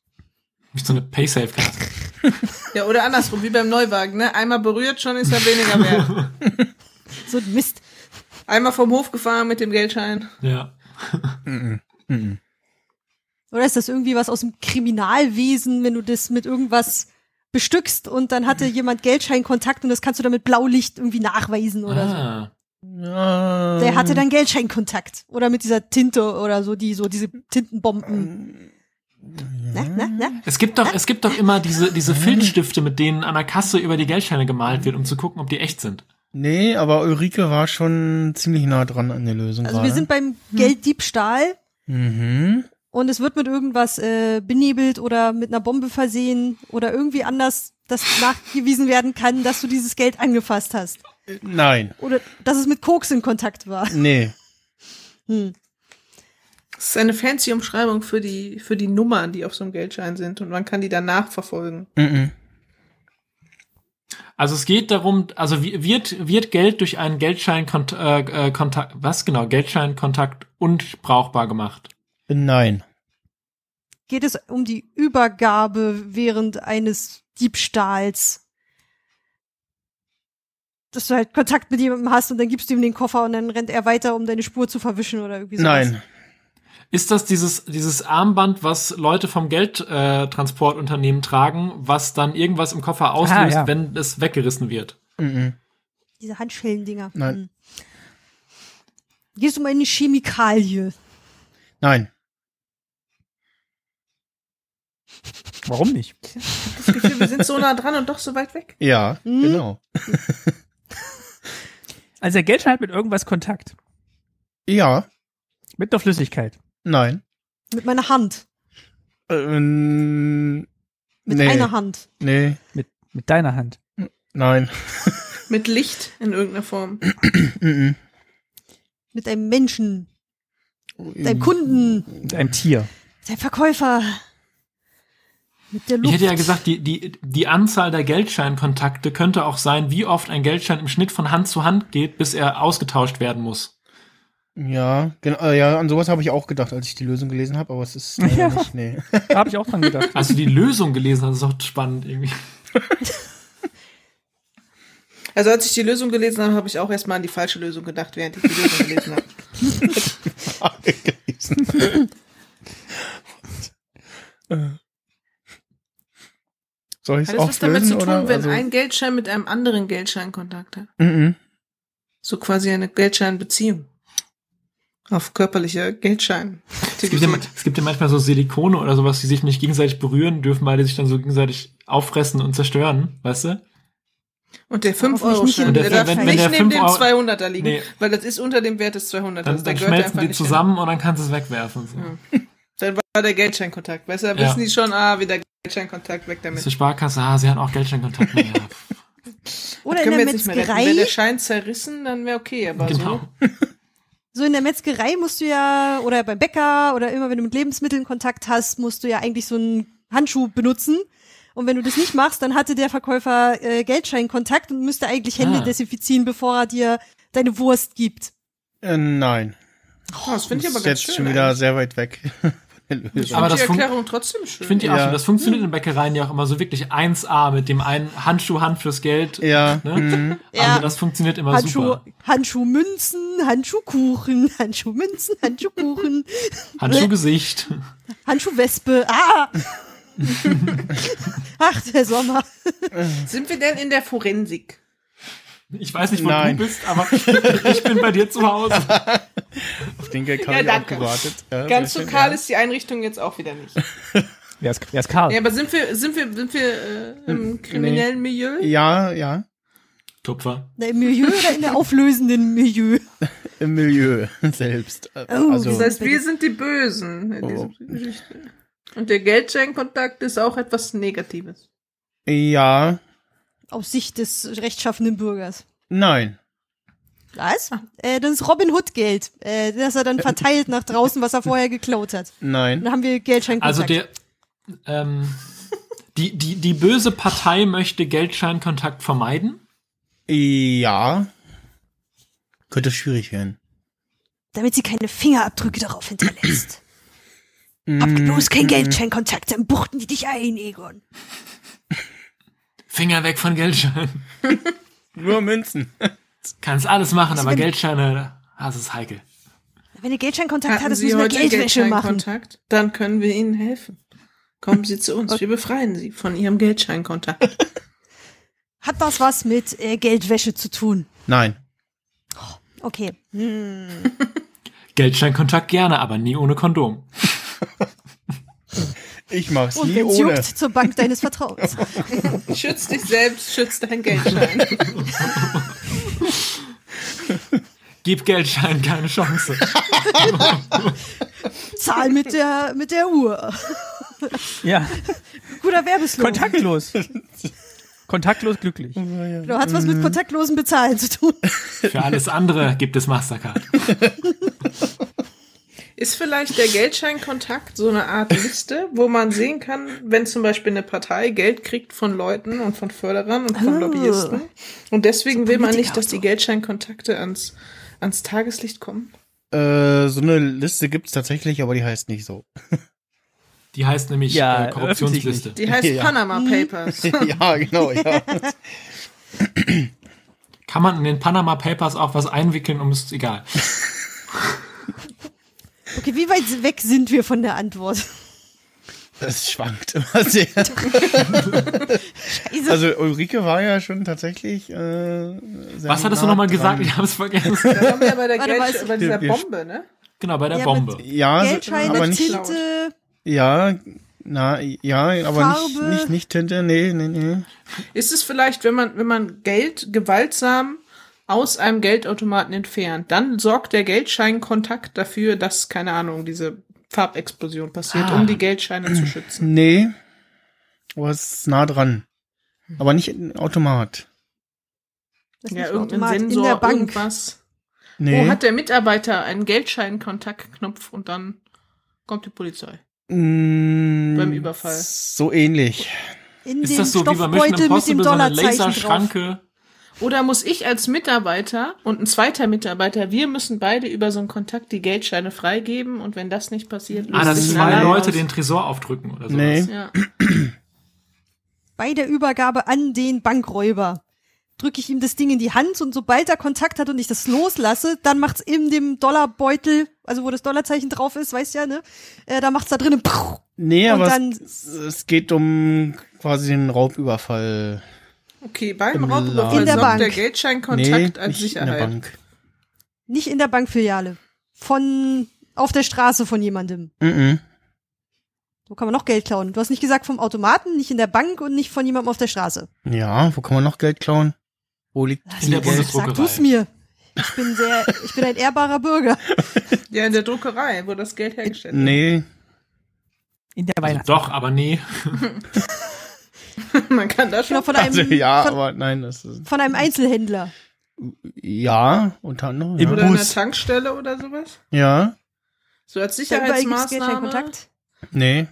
Speaker 1: Nicht so eine Paysafe-Karte.
Speaker 5: Ja, oder andersrum, wie beim Neuwagen, ne? Einmal berührt, schon ist er weniger wert.
Speaker 3: So ein Mist.
Speaker 5: Einmal vom Hof gefahren mit dem Geldschein.
Speaker 1: ja.
Speaker 2: Mhm. Mhm.
Speaker 3: Oder ist das irgendwie was aus dem Kriminalwesen, wenn du das mit irgendwas bestückst und dann hatte jemand Geldscheinkontakt und das kannst du dann mit Blaulicht irgendwie nachweisen oder so.
Speaker 1: ah.
Speaker 2: Ja.
Speaker 3: Der hatte dann Geldscheinkontakt. Oder mit dieser Tinte oder so, die so diese Tintenbomben.
Speaker 1: Ähm,
Speaker 3: Na, na, na?
Speaker 1: Es gibt doch, es gibt doch immer diese, diese Filzstifte, mit denen an der Kasse über die Geldscheine gemalt wird, um zu gucken, ob die echt sind.
Speaker 2: Nee, aber Ulrike war schon ziemlich nah dran an der Lösung.
Speaker 3: Also wir
Speaker 2: gerade.
Speaker 3: sind beim Gelddiebstahl
Speaker 2: Hm. Mhm.
Speaker 3: und es wird mit irgendwas äh, benebelt oder mit einer Bombe versehen oder irgendwie anders, dass nachgewiesen werden kann, dass du dieses Geld angefasst hast.
Speaker 2: Äh, Nein.
Speaker 3: Oder dass es mit Koks in Kontakt war.
Speaker 2: Nee.
Speaker 3: Hm.
Speaker 5: Das ist eine fancy Umschreibung für die,
Speaker 2: Mm,
Speaker 5: für die Nummern, die auf so einem Geldschein sind und man kann die dann nachverfolgen.
Speaker 2: Mhm.
Speaker 1: Also es geht darum, also wi- wird, wird Geld durch einen Geldscheinkontakt, äh, äh, Kontakt, was genau, Geldscheinkontakt unbrauchbar gemacht.
Speaker 2: Nein.
Speaker 3: Geht es um die Übergabe während eines Diebstahls? Dass du halt Kontakt mit jemandem hast und dann gibst du ihm den Koffer und dann rennt er weiter, um deine Spur zu verwischen oder irgendwie sowas.
Speaker 2: Nein.
Speaker 1: Ist das dieses, dieses Armband, was Leute vom Geldtransportunternehmen äh, Transportunternehmen tragen, was dann irgendwas im
Speaker 5: Ah,
Speaker 1: Koffer auslöst,
Speaker 4: ja.
Speaker 1: wenn es weggerissen wird?
Speaker 2: Mhm.
Speaker 3: Diese Handschellen-Dinger.
Speaker 2: Nein.
Speaker 3: Hm. Geht es um eine Chemikalie?
Speaker 2: Nein.
Speaker 4: Warum nicht?
Speaker 5: Das Gefühl, wir sind so nah dran und doch so weit weg.
Speaker 2: Ja,
Speaker 3: Hm?
Speaker 2: genau.
Speaker 4: Also der Geldschein hat mit irgendwas Kontakt.
Speaker 2: Ja,
Speaker 4: Mit einer Flüssigkeit.
Speaker 2: nein.
Speaker 3: Mit meiner Hand.
Speaker 2: Ähm,
Speaker 3: Mit
Speaker 2: nee,
Speaker 3: einer Hand.
Speaker 2: Nee,
Speaker 4: Mit, mit deiner Hand.
Speaker 2: nein.
Speaker 5: Mit Licht in irgendeiner Form.
Speaker 2: Mhm.
Speaker 3: Mit einem Menschen. Mit
Speaker 1: Hm.
Speaker 3: einem Kunden.
Speaker 4: Mit einem Tier.
Speaker 3: Mit einem Verkäufer. Mit der Luft.
Speaker 1: Ich hätte ja gesagt, die, die, die Anzahl der Geldscheinkontakte könnte auch sein, wie oft ein Geldschein im Schnitt von Hand zu Hand geht, bis er ausgetauscht werden muss.
Speaker 2: Ja, genau, äh, ja, an sowas habe ich auch gedacht, als ich die Lösung gelesen habe, aber es ist leider
Speaker 4: Ja.
Speaker 2: nicht, nee.
Speaker 4: Da habe ich auch dran gedacht.
Speaker 1: Als du die Lösung gelesen hast, ist auch spannend irgendwie.
Speaker 5: Also als ich die Lösung gelesen habe, habe ich auch erstmal an die falsche Lösung gedacht, während ich die Lösung gelesen habe.
Speaker 2: gelesen. Äh. Soll ich
Speaker 5: Hat
Speaker 2: es
Speaker 5: das was
Speaker 2: auflösen?
Speaker 5: damit zu tun,
Speaker 2: oder?
Speaker 5: wenn
Speaker 2: also,
Speaker 5: ein Geldschein mit einem anderen Geldschein Kontakt hat?
Speaker 2: Mhm.
Speaker 5: So quasi eine Geldscheinbeziehung. Auf körperliche Geldschein.
Speaker 1: Es gibt, ja, ma- es gibt ja manchmal so Silikone oder sowas, die sich nicht gegenseitig berühren dürfen, weil die sich dann so gegenseitig auffressen und zerstören, weißt
Speaker 5: Also
Speaker 1: du?
Speaker 5: Und der
Speaker 3: Hoffentlich nicht
Speaker 5: 5-Euro-Schein,
Speaker 3: im
Speaker 5: der
Speaker 3: Wert,
Speaker 5: darf
Speaker 3: wenn-
Speaker 5: nicht
Speaker 3: wenn
Speaker 1: der
Speaker 5: neben dem
Speaker 1: 5 Euro
Speaker 5: 200er liegen,
Speaker 1: Nee.
Speaker 5: weil das ist unter dem Wert des 200ers.
Speaker 1: Dann,
Speaker 5: Der
Speaker 1: dann
Speaker 5: gehört
Speaker 1: schmelzen
Speaker 5: einfach
Speaker 1: die
Speaker 5: nicht
Speaker 1: zusammen und dann kannst du es wegwerfen. So.
Speaker 5: Ja. Hin. Dann war der Geldscheinkontakt. Weißt du, da
Speaker 1: Ja.
Speaker 5: wissen die schon, ah, wieder Geldscheinkontakt, weg
Speaker 1: Ist
Speaker 5: damit.
Speaker 1: die Sparkasse, ah, sie haben auch Geldscheinkontakt. Naja,
Speaker 3: Oder in
Speaker 5: Können
Speaker 3: der
Speaker 5: wir jetzt nicht mehr retten. Wäre
Speaker 3: Metzgerei.
Speaker 5: der Schein zerrissen, dann wäre okay, aber
Speaker 1: genau.
Speaker 5: so.
Speaker 3: So in der Metzgerei musst du ja, oder beim Bäcker, oder immer wenn du mit Lebensmitteln Kontakt hast, musst du ja eigentlich so einen Handschuh benutzen. Und wenn du das nicht machst, dann hatte der Verkäufer äh, Geldscheinkontakt und müsste eigentlich Hände
Speaker 1: Ah.
Speaker 3: desinfizieren, bevor er dir deine Wurst gibt.
Speaker 2: Äh, nein.
Speaker 5: Oh, das finde ich
Speaker 2: Das
Speaker 5: aber
Speaker 2: ist
Speaker 5: ganz
Speaker 2: jetzt
Speaker 5: schön.
Speaker 2: schon wieder
Speaker 5: eigentlich.
Speaker 2: sehr weit weg von der
Speaker 5: Ich
Speaker 2: Lösung.
Speaker 1: Aber
Speaker 5: finde die
Speaker 1: das fun-
Speaker 5: Erklärung trotzdem schön.
Speaker 1: Ich finde die auch
Speaker 2: Ja.
Speaker 1: so, das funktioniert in Bäckereien ja auch immer so wirklich 1A mit dem einen Handschuh, Hand fürs Geld.
Speaker 2: ja,
Speaker 1: Ne?
Speaker 2: mhm.
Speaker 3: Ja.
Speaker 1: Also das funktioniert immer
Speaker 3: Handschuh,
Speaker 1: super.
Speaker 3: Handschuhmünzen, Handschuhkuchen, Handschuhmünzen, Handschuhkuchen,
Speaker 1: Handschuhgesicht.
Speaker 3: Handschuhwespe. Ah! Ach, der Sommer.
Speaker 5: Sind wir denn in der Forensik?
Speaker 1: Ich weiß nicht, wo
Speaker 2: Nein.
Speaker 1: du bist, aber ich bin bei dir zu Hause.
Speaker 2: auf den Geld
Speaker 5: Ja,
Speaker 2: habe ich auch
Speaker 5: danke.
Speaker 2: gewartet. Ja,
Speaker 5: Ganz
Speaker 2: sehr
Speaker 5: so
Speaker 2: schön,
Speaker 5: kahl ist die Einrichtung jetzt auch wieder nicht.
Speaker 4: Wer ist, wer ist Karl?
Speaker 5: Ja, aber sind wir, sind wir, sind wir äh, im kriminellen Milieu?
Speaker 2: ja. ja, ja,
Speaker 1: Tupfer.
Speaker 3: Na, Im Milieu oder in der auflösenden Milieu?
Speaker 2: im Milieu selbst. Äh,
Speaker 3: Oh,
Speaker 2: also,
Speaker 5: Das heißt, wir sind die Bösen in dieser
Speaker 2: Oh.
Speaker 5: Geschichte. Und der Geldscheinkontakt ist auch etwas Negatives.
Speaker 2: ja,
Speaker 3: Aus Sicht des rechtschaffenden Bürgers.
Speaker 2: nein.
Speaker 3: Was?
Speaker 5: Ah.
Speaker 3: Äh, das ist Robin Hood Geld, äh, das er dann verteilt nach draußen, was er vorher geklaut hat.
Speaker 2: Nein.
Speaker 3: Dann haben wir Geldscheinkontakt.
Speaker 1: Also der, ähm, die, die, die böse Partei möchte Geldscheinkontakt vermeiden.
Speaker 2: Ja. Könnte schwierig werden.
Speaker 3: damit sie keine Fingerabdrücke darauf hinterlässt.
Speaker 1: Mm.
Speaker 3: Hab bloß kein Geldscheinkontakt, dann buchten die dich ein, Egon.
Speaker 1: Finger weg von Geldscheinen.
Speaker 2: Nur Münzen.
Speaker 1: Kannst alles machen, aber
Speaker 3: wenn-
Speaker 1: Geldscheine, ah, das ist heikel.
Speaker 3: Wenn du Geldscheinkontakt
Speaker 5: Hatten
Speaker 3: hattest,
Speaker 5: Sie
Speaker 3: müssen wir
Speaker 5: heute
Speaker 3: Geldwäsche machen.
Speaker 5: Geldscheinkontakt? Dann können wir Ihnen helfen. Kommen Sie zu uns. Wir befreien Sie von Ihrem Geldscheinkontakt.
Speaker 3: Hat das was mit äh, Geldwäsche zu tun?
Speaker 2: Nein.
Speaker 3: Okay.
Speaker 1: Geldscheinkontakt gerne, aber nie ohne Kondom.
Speaker 2: Ich mach's
Speaker 3: Und
Speaker 2: nie
Speaker 3: wenn's
Speaker 2: ohne.
Speaker 3: Oh, juckt, zur Bank deines Vertrauens.
Speaker 5: Schütz dich selbst, schütz dein Geldschein.
Speaker 1: Gib Geldschein keine Chance.
Speaker 3: Zahl mit der, mit der Uhr.
Speaker 4: Ja.
Speaker 3: Guter Werbeslogan.
Speaker 4: Kontaktlos. Kontaktlos glücklich.
Speaker 3: Du hast was mit
Speaker 2: Mhm.
Speaker 3: kontaktlosen Bezahlen zu tun.
Speaker 1: Für alles andere gibt es Mastercard.
Speaker 5: Ist vielleicht der Geldscheinkontakt so eine Art Liste, wo man sehen kann, wenn zum Beispiel eine Partei Geld kriegt von Leuten und von Förderern und von
Speaker 3: Ah.
Speaker 5: Lobbyisten. Und deswegen will man nicht, dass die
Speaker 3: Politiker
Speaker 5: Geldscheinkontakte ans, ans Tageslicht kommen.
Speaker 2: Äh, so eine Liste gibt's tatsächlich, aber die heißt nicht so.
Speaker 1: Die heißt nämlich
Speaker 4: Ja,
Speaker 1: äh, Korruptionsliste.
Speaker 5: Die heißt
Speaker 2: Ja.
Speaker 5: Panama
Speaker 3: Mhm.
Speaker 5: Papers.
Speaker 2: ja, genau, ja.
Speaker 1: Kann man in den Panama Papers auch was einwickeln und ist egal.
Speaker 3: Okay, wie weit weg sind wir von der Antwort?
Speaker 2: Das schwankt immer sehr.
Speaker 3: Scheiße.
Speaker 2: Also Ulrike war ja schon tatsächlich. Äh, sehr
Speaker 1: Was hattest du
Speaker 2: nah
Speaker 1: nochmal gesagt?
Speaker 2: dran.
Speaker 1: Ich habe es vergessen.
Speaker 5: Da waren wir ja bei, der
Speaker 3: Warte mal,
Speaker 5: Geld,
Speaker 3: ist-
Speaker 5: bei dieser
Speaker 2: Wir-
Speaker 5: Bombe, ne?
Speaker 1: Genau, bei der
Speaker 3: Ja,
Speaker 1: Bombe.
Speaker 2: Ja, so-
Speaker 3: Geldscheine,
Speaker 2: aber nicht.
Speaker 5: laut.
Speaker 3: Tinte,
Speaker 2: Ja, na, ja, aber nicht,
Speaker 3: Farbe.
Speaker 2: nicht, nicht Tinte, nee, nee, nee.
Speaker 5: Ist es vielleicht, wenn man, wenn man Geld gewaltsam aus einem Geldautomaten entfernt, dann sorgt der Geldscheinkontakt dafür, dass, keine Ahnung, diese Farbexplosion passiert,
Speaker 1: Ah.
Speaker 5: um die Geldscheine zu schützen.
Speaker 2: Nee. Aber es ist nah dran. Aber nicht ein Automat.
Speaker 3: das ist
Speaker 5: Ja,
Speaker 3: nicht
Speaker 5: irgendein
Speaker 3: Automat,
Speaker 5: Sensor,
Speaker 3: in der Bank.
Speaker 5: irgendwas.
Speaker 2: Nee.
Speaker 5: Wo hat der Mitarbeiter einen Geldscheinkontaktknopf und dann kommt die Polizei?
Speaker 2: Mm,
Speaker 5: beim Überfall?
Speaker 2: So ähnlich.
Speaker 3: In
Speaker 1: Ist
Speaker 3: dem
Speaker 1: das so wie bei Mission
Speaker 3: Stoffbeutel mit dem
Speaker 1: Impossible, so eine
Speaker 3: Dollarzeichen drauf.
Speaker 1: Laserschranke?
Speaker 5: Oder muss ich als Mitarbeiter und ein zweiter Mitarbeiter, wir müssen beide über so einen Kontakt die Geldscheine freigeben und wenn das nicht passiert,
Speaker 1: Ah,
Speaker 5: löst
Speaker 1: dass
Speaker 5: sich ein
Speaker 1: zwei
Speaker 5: Alarm
Speaker 1: Leute
Speaker 5: aus.
Speaker 1: den Tresor aufdrücken oder sowas.
Speaker 2: Nee.
Speaker 5: Ja.
Speaker 3: Bei der Übergabe an den Bankräuber drücke ich ihm das Ding in die Hand und sobald er Kontakt hat und ich das loslasse, dann macht's in dem Dollarbeutel, also wo das Dollarzeichen drauf ist, weißt ja, ne? Äh, da macht's da drinnen.
Speaker 2: Nee,
Speaker 3: Und
Speaker 2: aber
Speaker 3: dann-
Speaker 2: es, es geht um quasi den Raubüberfall.
Speaker 5: Okay, beim
Speaker 2: Im
Speaker 5: Raubüberfall
Speaker 2: Laden.
Speaker 3: In der
Speaker 5: sorgt
Speaker 3: Bank.
Speaker 5: der Geldscheinkontakt
Speaker 2: nee,
Speaker 5: als
Speaker 2: nicht in der
Speaker 5: Sicherheit.
Speaker 2: Bank.
Speaker 3: Nicht in der Bankfiliale. Von auf der Straße von jemandem.
Speaker 2: Mhm.
Speaker 3: Wo kann man noch Geld klauen? Du hast nicht gesagt vom Automaten, nicht in der Bank und nicht von jemandem auf der Straße.
Speaker 2: Ja, wo kann man noch Geld klauen? Wo liegt
Speaker 1: In der
Speaker 2: Geld?
Speaker 1: Bundesdruckerei.
Speaker 3: Sag du's mir. Ich bin sehr, ich bin ein ehrbarer Bürger.
Speaker 5: Ja, in der Druckerei, wo das Geld hergestellt wird.
Speaker 2: Nee,
Speaker 4: In der
Speaker 1: Also
Speaker 4: Weihnachts.
Speaker 1: doch, aber nee.
Speaker 5: Man kann da schon.
Speaker 3: Genau, von einem,
Speaker 2: also ja,
Speaker 3: von,
Speaker 2: aber nein, das ist,
Speaker 3: von einem Einzelhändler.
Speaker 2: ja, unter anderem.
Speaker 4: Im-
Speaker 5: Oder an der
Speaker 4: Bus.
Speaker 5: Tankstelle oder sowas.
Speaker 2: ja. ja,
Speaker 5: So als
Speaker 3: Da überall gibt's
Speaker 5: Sicherheitsmaßnahme.
Speaker 3: Geldscheinkontakt.
Speaker 2: nee,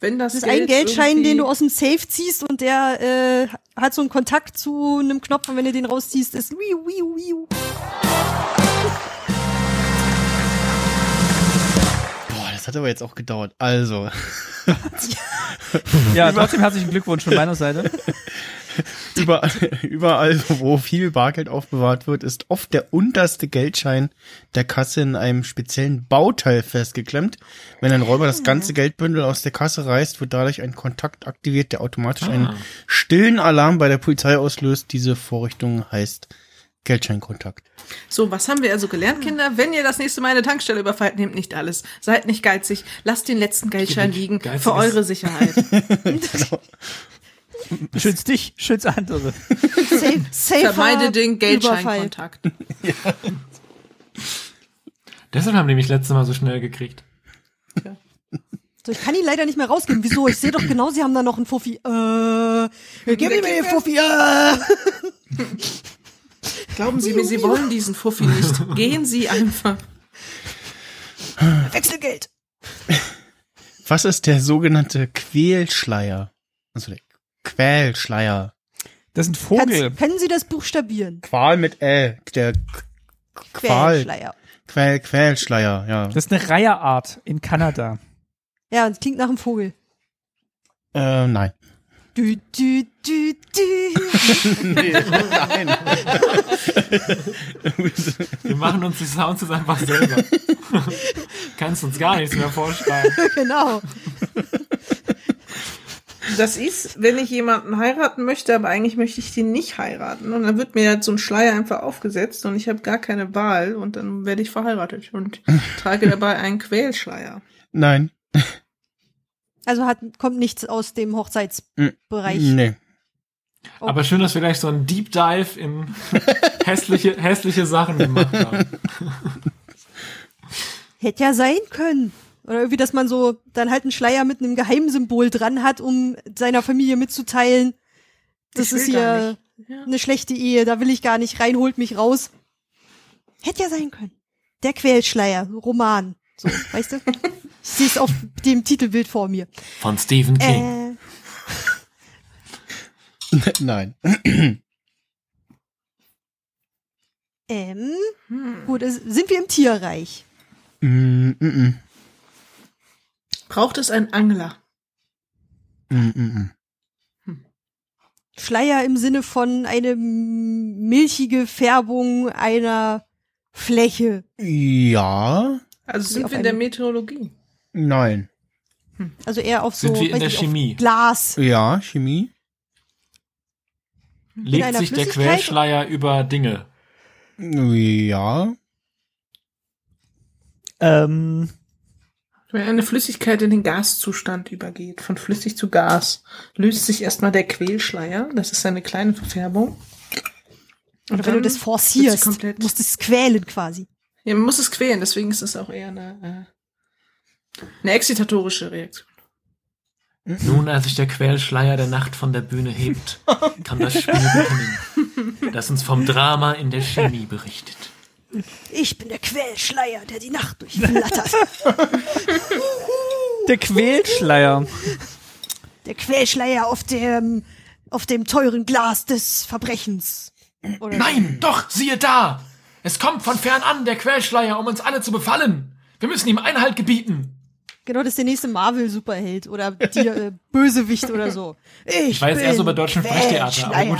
Speaker 5: Wenn das,
Speaker 3: Das ist
Speaker 5: Geld
Speaker 3: ein Geldschein,
Speaker 5: irgendwie-
Speaker 3: den du aus dem Safe ziehst und der äh, hat so einen Kontakt zu einem Knopf und wenn du den rausziehst, ist wiu, wiu, wiu.
Speaker 2: boah, das hat aber jetzt auch gedauert. Also,
Speaker 4: Ja, trotzdem herzlichen Glückwunsch von meiner Seite.
Speaker 2: Überall, überall, wo viel Bargeld aufbewahrt wird, ist oft der unterste Geldschein der Kasse in einem speziellen Bauteil festgeklemmt. Wenn ein Räuber das ganze Geldbündel aus der Kasse reißt, wird dadurch ein Kontakt aktiviert, der automatisch einen stillen Alarm bei der Polizei auslöst. Diese Vorrichtung heißt Geldscheinkontakt.
Speaker 5: So, was haben wir also gelernt, Kinder? Wenn ihr das nächste Mal eine Tankstelle überfallt, nehmt nicht alles. Seid nicht geizig. Lasst den letzten Geldschein liegen
Speaker 1: Geizig
Speaker 5: für
Speaker 1: ist-
Speaker 5: eure Sicherheit.
Speaker 4: Schütz dich, schütz andere.
Speaker 3: Safe, safer
Speaker 5: Vermeidet den
Speaker 3: Überfall.
Speaker 5: Geldscheinkontakt.
Speaker 1: Deshalb haben die mich letztes Mal so schnell gekriegt.
Speaker 3: So, ich kann ihn leider nicht mehr rausgeben. Wieso? Ich sehe doch genau, sie haben da noch einen Fuffi. Äh, gib mir den Fuffi. Äh.
Speaker 5: Glauben Sie mir, Sie wollen diesen Fuffi nicht. Gehen Sie einfach.
Speaker 3: Wechselgeld.
Speaker 2: Was ist der sogenannte Quälschleier? Also der Quälschleier.
Speaker 4: Das ist ein Vogel.
Speaker 3: Kannst, können Sie das buchstabieren?
Speaker 2: Qual mit L. Der Qu- Qual.
Speaker 3: Quälschleier.
Speaker 2: Quäl, Quälschleier, ja.
Speaker 4: Das ist eine Reiherart in Kanada.
Speaker 3: Ja, und klingt nach einem Vogel.
Speaker 2: Äh, nein.
Speaker 3: Dü, dü, dü, dü.
Speaker 2: Nee, nein.
Speaker 1: Wir machen uns die Sounds jetzt einfach selber. Kannst uns gar nichts mehr vorschreiben.
Speaker 3: genau.
Speaker 5: Das ist, wenn ich jemanden heiraten möchte, aber eigentlich möchte ich den nicht heiraten. Und dann wird mir halt so ein Schleier einfach aufgesetzt und ich habe gar keine Wahl und dann werde ich verheiratet und trage dabei einen Quälschleier.
Speaker 2: Nein.
Speaker 3: Also hat, kommt nichts aus dem Hochzeitsbereich.
Speaker 2: Nee.
Speaker 3: Oh.
Speaker 1: Aber schön, dass wir gleich so einen Deep Dive in hässliche, hässliche Sachen gemacht haben.
Speaker 3: Hätte ja sein können. Oder irgendwie, dass man so dann halt einen Schleier mit einem Geheimsymbol dran hat, um seiner Familie mitzuteilen, das
Speaker 5: Ich will
Speaker 3: ist
Speaker 5: gar
Speaker 3: hier eine schlechte Ehe, da will ich gar nicht rein, holt mich raus. Hätte ja sein können. Der Quälschleier, Roman. So, weißt du? Ich sehe es auf dem Titelbild vor mir.
Speaker 1: Von Stephen King.
Speaker 3: Äh,
Speaker 2: Nein.
Speaker 3: ähm,
Speaker 5: Hm.
Speaker 3: gut, es- sind wir im Tierreich?
Speaker 2: Mm, mm, mm,
Speaker 5: Braucht es einen Angler?
Speaker 2: mm, mm,
Speaker 3: Schleier im Sinne von eine milchige Färbung einer Fläche.
Speaker 2: mm. Ja.
Speaker 5: Also
Speaker 3: auf
Speaker 5: sind wir in
Speaker 3: einen-
Speaker 5: der Meteorologie.
Speaker 2: Nein.
Speaker 3: Also eher auf so
Speaker 1: Sind wir in
Speaker 3: weiß
Speaker 1: der
Speaker 3: nicht,
Speaker 1: Chemie?
Speaker 3: Auf Glas.
Speaker 2: Ja, Chemie.
Speaker 1: Legt
Speaker 3: einer
Speaker 1: sich der
Speaker 3: Flüssigkeit?
Speaker 1: Querschleier über Dinge.
Speaker 2: Ja.
Speaker 4: Ähm,
Speaker 5: Wenn eine Flüssigkeit in den Gaszustand übergeht, von flüssig zu Gas, löst sich erstmal der Quälschleier. Das ist eine kleine Verfärbung.
Speaker 3: Oder wenn du das forcierst,
Speaker 5: komplett-
Speaker 3: musst du es quälen quasi.
Speaker 5: Ja, man muss es quälen, deswegen ist es auch eher eine, äh, eine exzitatorische Reaktion.
Speaker 1: Nun, als sich der Quellschleier der Nacht von der Bühne hebt, kann das Spiel beginnen, das uns vom Drama in der Chemie berichtet.
Speaker 3: Ich bin der Quellschleier, der die Nacht durchflattert.
Speaker 4: der Quälschleier.
Speaker 3: der Quellschleier auf dem, auf dem teuren Glas des Verbrechens. Oder
Speaker 1: Nein, doch, siehe da! Es kommt von fern an, der Quellschleier, um uns alle zu befallen. Wir müssen ihm Einhalt gebieten.
Speaker 3: Genau, das ist der nächste Marvel-Superheld oder die, äh, Bösewicht oder so. Ich,
Speaker 1: Ich weiß
Speaker 3: bin
Speaker 1: eher so bei deutschen Sprechtheater, aber
Speaker 3: Quellschleier.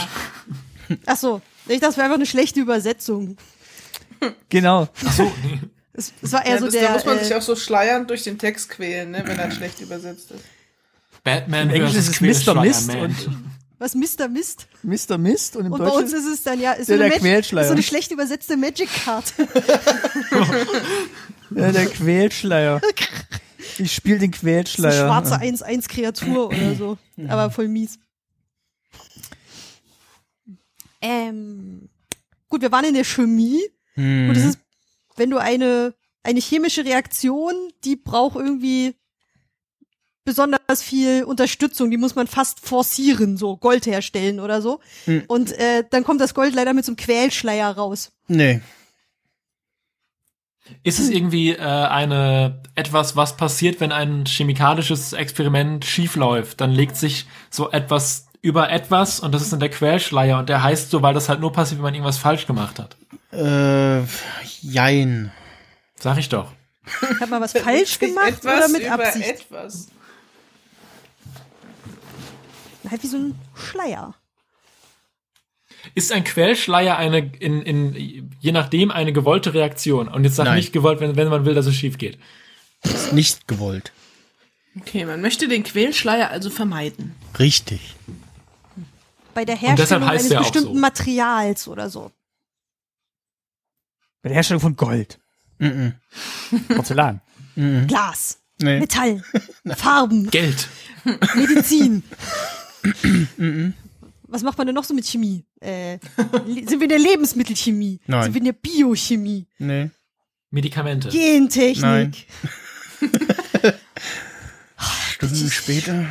Speaker 1: gut.
Speaker 3: Ach so, ich dachte, das wäre einfach eine schlechte Übersetzung.
Speaker 4: Genau.
Speaker 1: Ach so, nee.
Speaker 3: Es, es war eher
Speaker 5: Ja,
Speaker 3: so
Speaker 5: das,
Speaker 3: der.
Speaker 5: da muss man sich
Speaker 3: äh,
Speaker 5: auch so schleiernd durch den Text quälen, ne, wenn er schlecht übersetzt ist.
Speaker 1: Batman
Speaker 4: Im Englischen
Speaker 1: versus
Speaker 4: ist es Mr.
Speaker 1: Quellschleier
Speaker 4: Mist
Speaker 1: Man.
Speaker 4: und-
Speaker 3: was Mr. Mist?
Speaker 4: Mr. Mist und im
Speaker 3: Und bei
Speaker 4: Deutschen.
Speaker 3: uns ist es dann ja ist
Speaker 4: Der-
Speaker 3: so, eine
Speaker 4: der
Speaker 3: Mag- ist so
Speaker 4: Quellschleier.
Speaker 3: eine schlecht übersetzte Magic-Karte.
Speaker 4: ja, der Quälschleier. Ich spiele den
Speaker 3: Ist Eine
Speaker 4: Quälschleier.
Speaker 3: schwarze 1-1-Kreatur oder so. Aber voll mies. Ähm. Gut, wir waren in der Chemie.
Speaker 2: Hm.
Speaker 3: Und es ist, wenn du eine, eine chemische Reaktion, die braucht irgendwie besonders viel Unterstützung, die muss man fast forcieren, so Gold herstellen oder so.
Speaker 5: Hm.
Speaker 2: Mhm.
Speaker 3: Und äh, dann kommt das Gold leider mit so einem Quälschleier raus.
Speaker 2: nee.
Speaker 1: Ist es irgendwie äh, eine etwas, was passiert, wenn ein chemikalisches Experiment schief läuft? Dann legt sich so etwas über etwas und das ist dann der Quellschleier und der heißt so, weil das halt nur passiert, wenn man irgendwas falsch gemacht hat.
Speaker 2: Äh, jein.
Speaker 1: Sag ich doch.
Speaker 3: Hat man was falsch gemacht
Speaker 5: etwas
Speaker 3: oder mit
Speaker 5: über
Speaker 3: Absicht?
Speaker 5: etwas.
Speaker 3: Halt wie so ein Schleier.
Speaker 1: Ist ein Quellschleier eine in, in je nachdem eine gewollte Reaktion? Und jetzt sag
Speaker 2: Nein.
Speaker 1: nicht gewollt, wenn, wenn man will, dass es schief geht.
Speaker 2: Ist nicht gewollt.
Speaker 5: Okay, man möchte den Quälschleier also vermeiden.
Speaker 2: Richtig.
Speaker 3: Bei der
Speaker 1: deshalb
Speaker 3: Herstellung
Speaker 1: heißt
Speaker 3: eines
Speaker 1: der auch so.
Speaker 3: bestimmten Materials oder so.
Speaker 4: Bei der Herstellung von Gold. Mhm.
Speaker 2: Mm
Speaker 4: Porzellan.
Speaker 3: Glas,
Speaker 2: Mhm. Nee.
Speaker 3: Metall, Farben,
Speaker 1: Geld.
Speaker 3: Medizin.
Speaker 2: Mhm.
Speaker 3: Was macht man denn noch so mit Chemie? Äh, le- sind wir in der Lebensmittelchemie?
Speaker 2: Nein.
Speaker 3: Sind wir in der Biochemie?
Speaker 2: Nee.
Speaker 1: Medikamente.
Speaker 3: Gentechnik?
Speaker 2: Nein. Stunden später.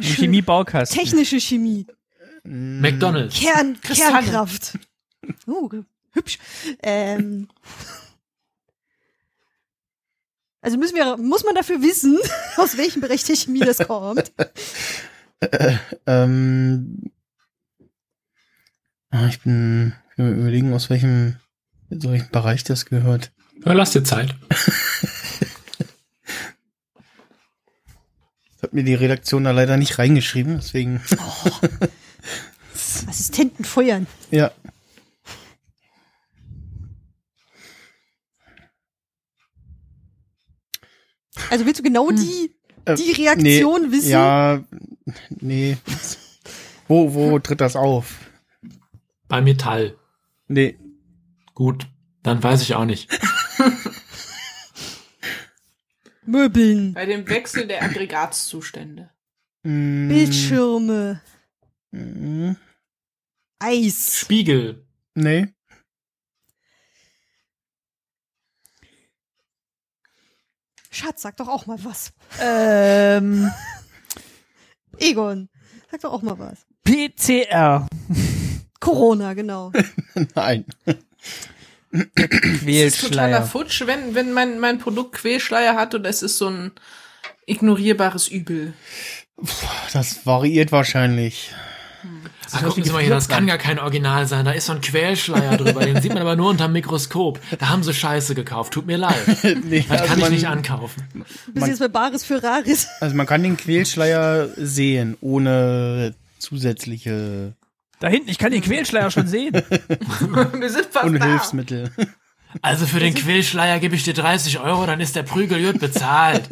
Speaker 4: Chemiebaukasten.
Speaker 3: Technische Chemie?
Speaker 2: Mm,
Speaker 1: McDonalds.
Speaker 3: Kern,
Speaker 5: Kristalle.
Speaker 3: Kernkraft? Oh, ge- hübsch. Ähm, also müssen wir, muss man dafür wissen, aus welchem Bereich der Chemie das kommt.
Speaker 2: Ähm, ah, ich bin, ich bin am überlegen, aus welchem, aus welchem Bereich das gehört.
Speaker 1: Ja, lass dir Zeit.
Speaker 2: Das hat mir die Redaktion da leider nicht reingeschrieben, deswegen.
Speaker 3: Assistenten feuern.
Speaker 2: Ja.
Speaker 3: Also willst du genau die,
Speaker 2: Äh,
Speaker 3: die Reaktion wissen?
Speaker 2: Ja, nee. Wo, wo tritt das auf?
Speaker 1: Bei Metall.
Speaker 2: Nee.
Speaker 1: Gut. Dann weiß ich auch nicht.
Speaker 3: Möbeln,
Speaker 5: Bei dem Wechsel der Aggregatzustände.
Speaker 2: Mm,
Speaker 3: Bildschirme,
Speaker 2: mm,
Speaker 3: Eis,
Speaker 1: Spiegel.
Speaker 2: Nee.
Speaker 3: Schatz, sag doch auch mal was.
Speaker 4: Ähm,
Speaker 3: Egon, sag doch auch mal was.
Speaker 4: PCR.
Speaker 3: Corona, genau.
Speaker 2: Nein.
Speaker 5: Das ist totaler
Speaker 4: Quälschleier.
Speaker 5: Futsch, wenn, wenn mein, mein Produkt Quälschleier hat und es ist so ein ignorierbares Übel.
Speaker 2: Das variiert wahrscheinlich.
Speaker 6: Ah, gucken Sie mal hier, das kann gar kein Original sein. Da ist so ein Quälschleier drüber. Den sieht man aber nur unterm Mikroskop. Da haben sie Scheiße gekauft. Tut mir leid.
Speaker 2: Nee,
Speaker 6: Das kann ich
Speaker 2: also man,
Speaker 6: nicht ankaufen.
Speaker 3: Bis jetzt bei Bares für Rares.
Speaker 2: also man kann den Quälschleier sehen, ohne zusätzliche
Speaker 4: Da hinten, ich kann den Quälschleier schon sehen.
Speaker 5: Wir sind fast
Speaker 2: ohne
Speaker 5: da.
Speaker 2: Hilfsmittel.
Speaker 6: Also für den Quälschleier gebe ich dir 30 Euro, dann ist der Prügel gut bezahlt.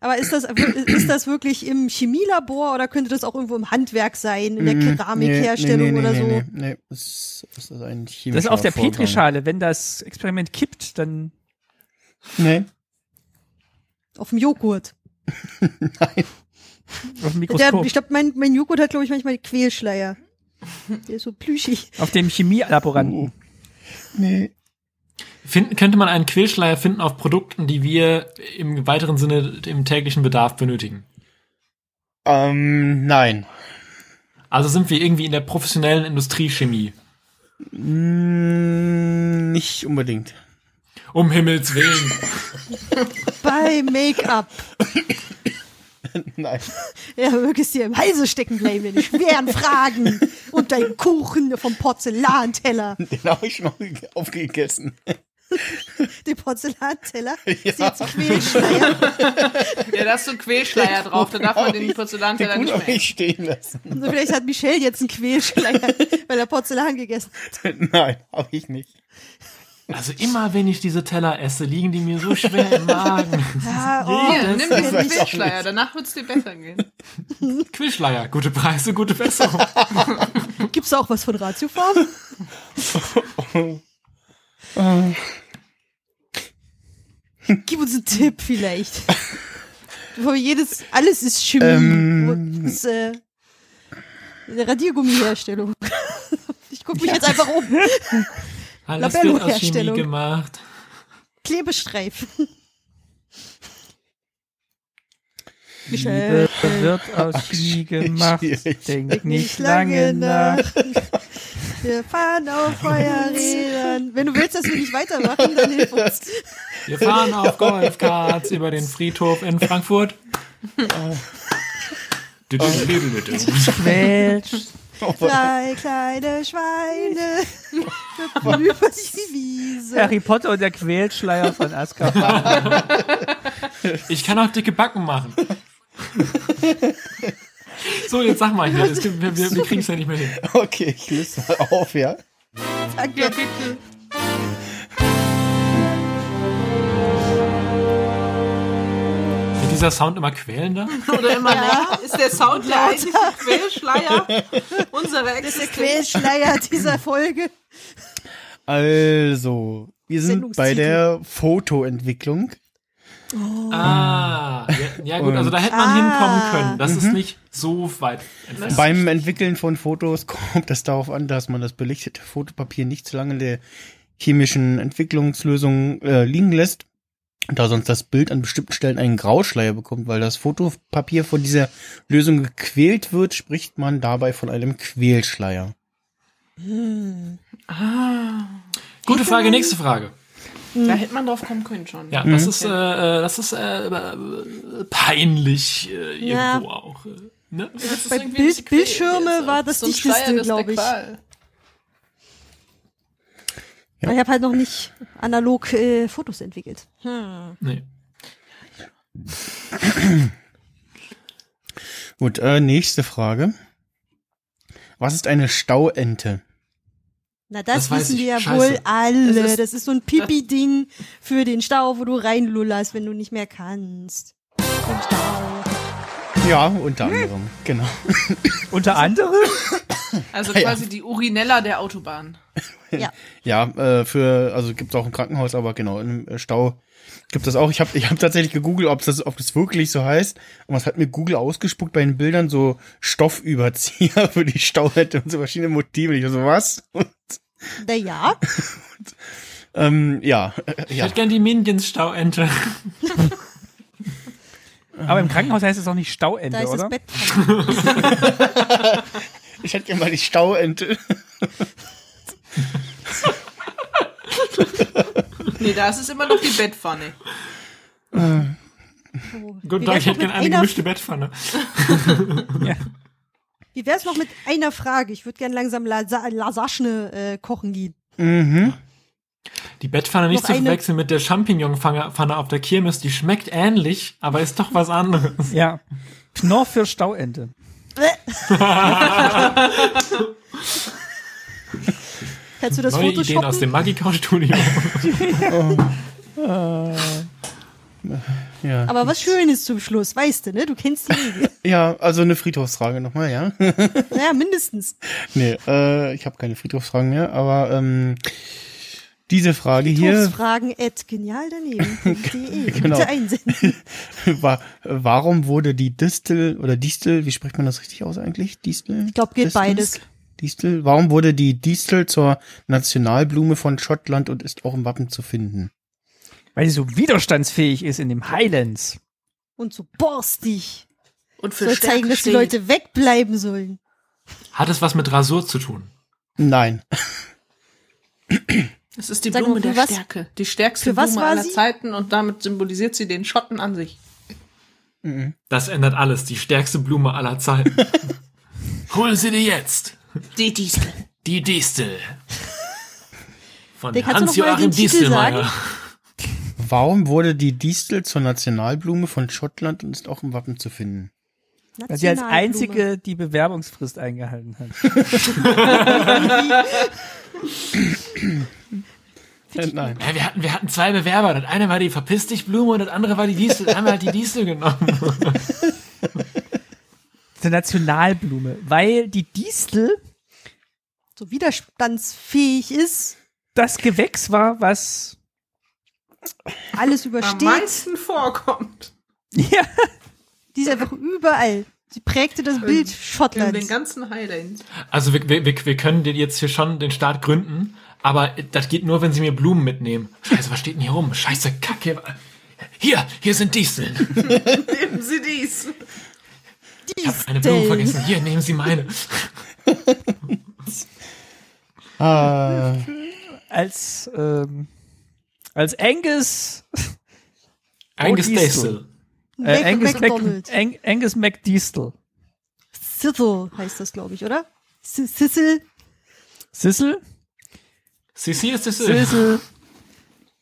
Speaker 3: Aber ist das, ist das wirklich im Chemielabor oder könnte das auch irgendwo im Handwerk sein, in der Keramikherstellung oder so?
Speaker 2: Hm, Nee, nee, nee. Das, ist, das ist ein chemischer
Speaker 4: Das ist auf der
Speaker 2: Vorgang.
Speaker 4: Petrischale. Wenn das Experiment kippt, dann
Speaker 2: Nee.
Speaker 3: Auf dem Joghurt.
Speaker 4: auf dem
Speaker 3: Der,
Speaker 4: Mikroskop.
Speaker 3: ich glaube, mein, mein Joghurt hat, glaube ich, manchmal Quälschleier. Der ist so plüschig.
Speaker 4: Auf dem Chemielaboranten.
Speaker 2: Uh. Nee.
Speaker 1: Finden, könnte man einen Quälschleier finden auf Produkten, die wir im weiteren Sinne im täglichen Bedarf benötigen?
Speaker 2: Ähm, nein.
Speaker 1: Also sind wir irgendwie in der professionellen Industriechemie.
Speaker 2: Mm, Nicht unbedingt.
Speaker 1: Um Himmels Willen.
Speaker 3: Bei Make-up.
Speaker 2: Nein.
Speaker 3: Ja, möge es dir im Halse stecken bleiben, deine schweren Fragen und dein Kuchen vom Porzellanteller.
Speaker 2: Den habe ich schon aufge- aufgegessen.
Speaker 3: Den Porzellanteller ist jetzt Quälschleier.
Speaker 5: Ja, da ist so ein Quälschleier drauf, da darf man den Porzellanteller
Speaker 2: Den
Speaker 5: nicht
Speaker 2: Kuchen
Speaker 5: mehr
Speaker 2: habe
Speaker 5: essen.
Speaker 2: ich stehen lassen.
Speaker 3: Und Also Vielleicht hat Michelle jetzt einen Quälschleier, weil er Porzellan gegessen hat.
Speaker 2: Nein, habe ich nicht.
Speaker 1: Also immer wenn ich diese Teller esse, liegen die mir so schwer im Magen.
Speaker 3: Ja,
Speaker 5: Hier,
Speaker 3: das
Speaker 5: nimm den
Speaker 3: ist ja nicht-
Speaker 5: Quälschleier, danach wird's dir besser gehen.
Speaker 1: Quälschleier, gute Preise, gute Besserung.
Speaker 3: Gibt's da auch was von Ratioform? Gib uns einen Tipp vielleicht. Bevor wir jedes, alles ist Chemie.
Speaker 2: Ähm.
Speaker 3: ist, äh, eine Radiergummiherstellung. Ich gucke mich jetzt einfach um.
Speaker 1: Alles wird aus Chemie
Speaker 3: Labello-Herstellung.
Speaker 1: gemacht.
Speaker 3: Klebestreifen. Michelle.
Speaker 4: Liebe wird aus Chemie gemacht.
Speaker 2: schwierig.
Speaker 4: Denk nicht lange nach.
Speaker 3: Wir fahren auf Feuerrädern. Wenn du willst, dass wir nicht weitermachen, dann hilf uns.
Speaker 1: Wir fahren auf Golfkarts über den Friedhof in Frankfurt.
Speaker 4: Mensch.
Speaker 3: Drei kleine Schweine hüpfen über die Wiese.
Speaker 4: Harry Potter und der Quälschleier von Azkaban.
Speaker 1: Ich kann auch dicke Backen machen. So, jetzt sag mal hier, das gibt, wir, wir, wir kriegen es ja nicht mehr hin.
Speaker 2: Okay, ich löse mal auf, ja?
Speaker 5: Ja, bitte.
Speaker 1: Wird dieser Sound immer quälender?
Speaker 5: Oder immer länger. Ist der Sound der eigentliche Quälschleier unserer Existenz?
Speaker 3: Quälschleier dieser Folge.
Speaker 2: Also, wir sind bei
Speaker 3: Sendungstitel.
Speaker 2: der Fotoentwicklung.
Speaker 1: Ah, ja, ja gut, also da hätte man
Speaker 3: Ah.
Speaker 1: hinkommen können. Das ist nicht so weit entfernt.
Speaker 2: Beim Entwickeln von Fotos kommt es darauf an, dass man das belichtete Fotopapier nicht zu lange in der chemischen Entwicklungslösung äh, liegen lässt, da sonst das Bild an bestimmten Stellen einen Grauschleier bekommt, weil das Fotopapier von dieser Lösung gequält wird, spricht man dabei von einem Quälschleier.
Speaker 1: Gute Frage, nächste Frage.
Speaker 5: Da hätte man drauf kommen können schon.
Speaker 1: Ja, das ist, äh, äh, das ist äh, äh, peinlich äh,
Speaker 3: Ja.
Speaker 1: irgendwo auch. äh, Ne?
Speaker 5: Das ist
Speaker 3: Bei
Speaker 5: irgendwie
Speaker 3: Bild-
Speaker 5: nicht gequält.
Speaker 3: Bildschirme
Speaker 5: Das ist
Speaker 3: war das
Speaker 5: so ein
Speaker 3: Dichteste,
Speaker 5: Schleier, das ist der
Speaker 3: glaub ich.
Speaker 5: Qual.
Speaker 3: Ich habe halt noch nicht analog äh, Fotos entwickelt.
Speaker 1: Nee.
Speaker 2: Gut, äh, nächste Frage. Was ist eine Stauente?
Speaker 3: Na, das,
Speaker 1: Das weiß
Speaker 3: wissen
Speaker 1: ich.
Speaker 3: wir ja
Speaker 1: Scheiße.
Speaker 3: wohl alle.
Speaker 5: Das
Speaker 3: Das
Speaker 5: ist-
Speaker 3: ist, so ein Pipi-Ding für den Stau, wo du reinlullerst, wenn du nicht mehr kannst. Im Stau.
Speaker 2: Ja, unter anderem. Genau.
Speaker 4: Unter anderem?
Speaker 5: Also quasi die Urinella der Autobahn.
Speaker 3: Ja.
Speaker 2: Ja, äh, für, also gibt's auch im Krankenhaus, aber genau, im äh, Stau gibt das auch. Ich habe ich hab tatsächlich gegoogelt, ob das, ob das wirklich so heißt. Und was hat mir Google ausgespuckt bei den Bildern? So Stoffüberzieher für die Stauhette und so verschiedene Motive. Ich so, was?
Speaker 3: Na ja,
Speaker 2: Ähm, ja, äh,
Speaker 1: Ich
Speaker 2: ja.
Speaker 1: hätte gern die äh, Minions-Stauente.
Speaker 4: Aber im Krankenhaus heißt es auch nicht Stauende,
Speaker 3: da ist
Speaker 4: oder?
Speaker 3: das Bett.
Speaker 2: Ich hätte gerne mal die Stauente.
Speaker 5: Nee, da ist es immer noch die Bettpfanne.
Speaker 3: Oh.
Speaker 1: Guten
Speaker 3: Wie
Speaker 1: Tag,
Speaker 3: wär's
Speaker 1: ich hätte
Speaker 3: noch mit
Speaker 1: gerne eine
Speaker 3: einer-
Speaker 1: gemischte Bettpfanne.
Speaker 3: Wie wär's noch mit einer Frage? Ich würde gerne langsam Lasa Lasagne äh, kochen gehen.
Speaker 2: Mhm.
Speaker 1: Die Bettpfanne nicht
Speaker 3: Noch
Speaker 1: zu
Speaker 3: eine-
Speaker 1: verwechseln mit der Champignonpfanne auf der Kirmes, die schmeckt ähnlich, aber ist doch was anderes.
Speaker 4: Ja. Knorr für Stauente.
Speaker 3: Kannst du das
Speaker 1: Neue
Speaker 3: Foto
Speaker 1: Ideen aus dem Magikau-Studio.
Speaker 2: Ja.
Speaker 3: Aber was Schönes zum Schluss, weißt du, ne? Du kennst die Regel.
Speaker 2: ja, also eine Friedhofsfrage nochmal, ja?
Speaker 3: naja, mindestens.
Speaker 2: nee, äh, ich habe keine Friedhofsfragen mehr, aber ähm, diese Frage hier
Speaker 3: Hofsfragen at genial daneben.
Speaker 2: Genau.
Speaker 3: Bitte einsenden.
Speaker 2: war, äh, warum wurde die Distel oder Distel, wie spricht man das richtig aus eigentlich? Distel? Ich
Speaker 3: glaub, geht beides.
Speaker 2: Distel, warum wurde die Distel zur Nationalblume von Schottland und ist auch im Wappen zu finden?
Speaker 4: Weil sie so widerstandsfähig ist in dem Highlands.
Speaker 3: Und so borstig.
Speaker 5: Und für
Speaker 3: Soll
Speaker 5: Stärke
Speaker 3: zeigen, dass die
Speaker 5: steht-
Speaker 3: Leute wegbleiben sollen.
Speaker 1: Hat es was mit Rasur zu tun?
Speaker 2: Nein.
Speaker 5: Es ist die
Speaker 3: Sag
Speaker 5: Blume
Speaker 3: mal, für
Speaker 5: der
Speaker 3: was-
Speaker 5: Stärke. Die stärkste
Speaker 3: für was
Speaker 5: Blume
Speaker 3: war
Speaker 5: aller
Speaker 3: sie?
Speaker 5: Zeiten und damit symbolisiert sie den Schotten an sich.
Speaker 1: Das ändert alles. Die stärkste Blume aller Zeiten. Hol sie dir jetzt.
Speaker 5: Die Distel.
Speaker 6: Die Distel.
Speaker 1: Von
Speaker 3: Der kannst du noch mal
Speaker 1: Hans-Joachim
Speaker 3: den Titel
Speaker 1: Distelmeier.
Speaker 2: Warum wurde die Distel zur Nationalblume von Schottland und ist auch im Wappen zu finden?
Speaker 4: Weil sie als
Speaker 3: Nationalblume.
Speaker 4: einzige die Bewerbungsfrist eingehalten hat.
Speaker 2: Äh, Nein.
Speaker 6: Ja, wir, hatten, wir hatten zwei Bewerber. Das eine war die Verpiss dich Blume und das andere war die Distel. Dann haben wir halt die Distel genommen.
Speaker 4: Die Nationalblume. Weil die Distel
Speaker 3: So widerstandsfähig ist,
Speaker 4: das Gewächs war, was.
Speaker 3: alles
Speaker 5: Am
Speaker 3: übersteht.
Speaker 5: meisten vorkommt.
Speaker 4: Ja.
Speaker 3: Die ist einfach überall. Sie prägte das Bild
Speaker 5: In Ähm, den
Speaker 3: Schottlands.
Speaker 5: ganzen Highlands.
Speaker 1: Also wir, wir, wir wir können den jetzt hier schon den Start gründen, aber das geht nur, wenn sie mir Blumen mitnehmen. Scheiße, was steht denn hier rum? Scheiße, Kacke. Hier, hier sind Disteln.
Speaker 5: Nehmen Sie dies.
Speaker 1: Ich habe eine Blume vergessen. Hier, nehmen Sie meine.
Speaker 2: Ah,
Speaker 4: Als, ähm, als Angus.
Speaker 1: Angus
Speaker 4: Distel.
Speaker 1: Distel.
Speaker 4: Äh, Angus,
Speaker 3: McDonald.
Speaker 4: Mac, Ang, Angus McDistel.
Speaker 3: Sizzle heißt das, glaube ich, oder? Si- Sizzle,
Speaker 4: Sissel?
Speaker 1: Sissi ist Distel.
Speaker 4: Sizzle.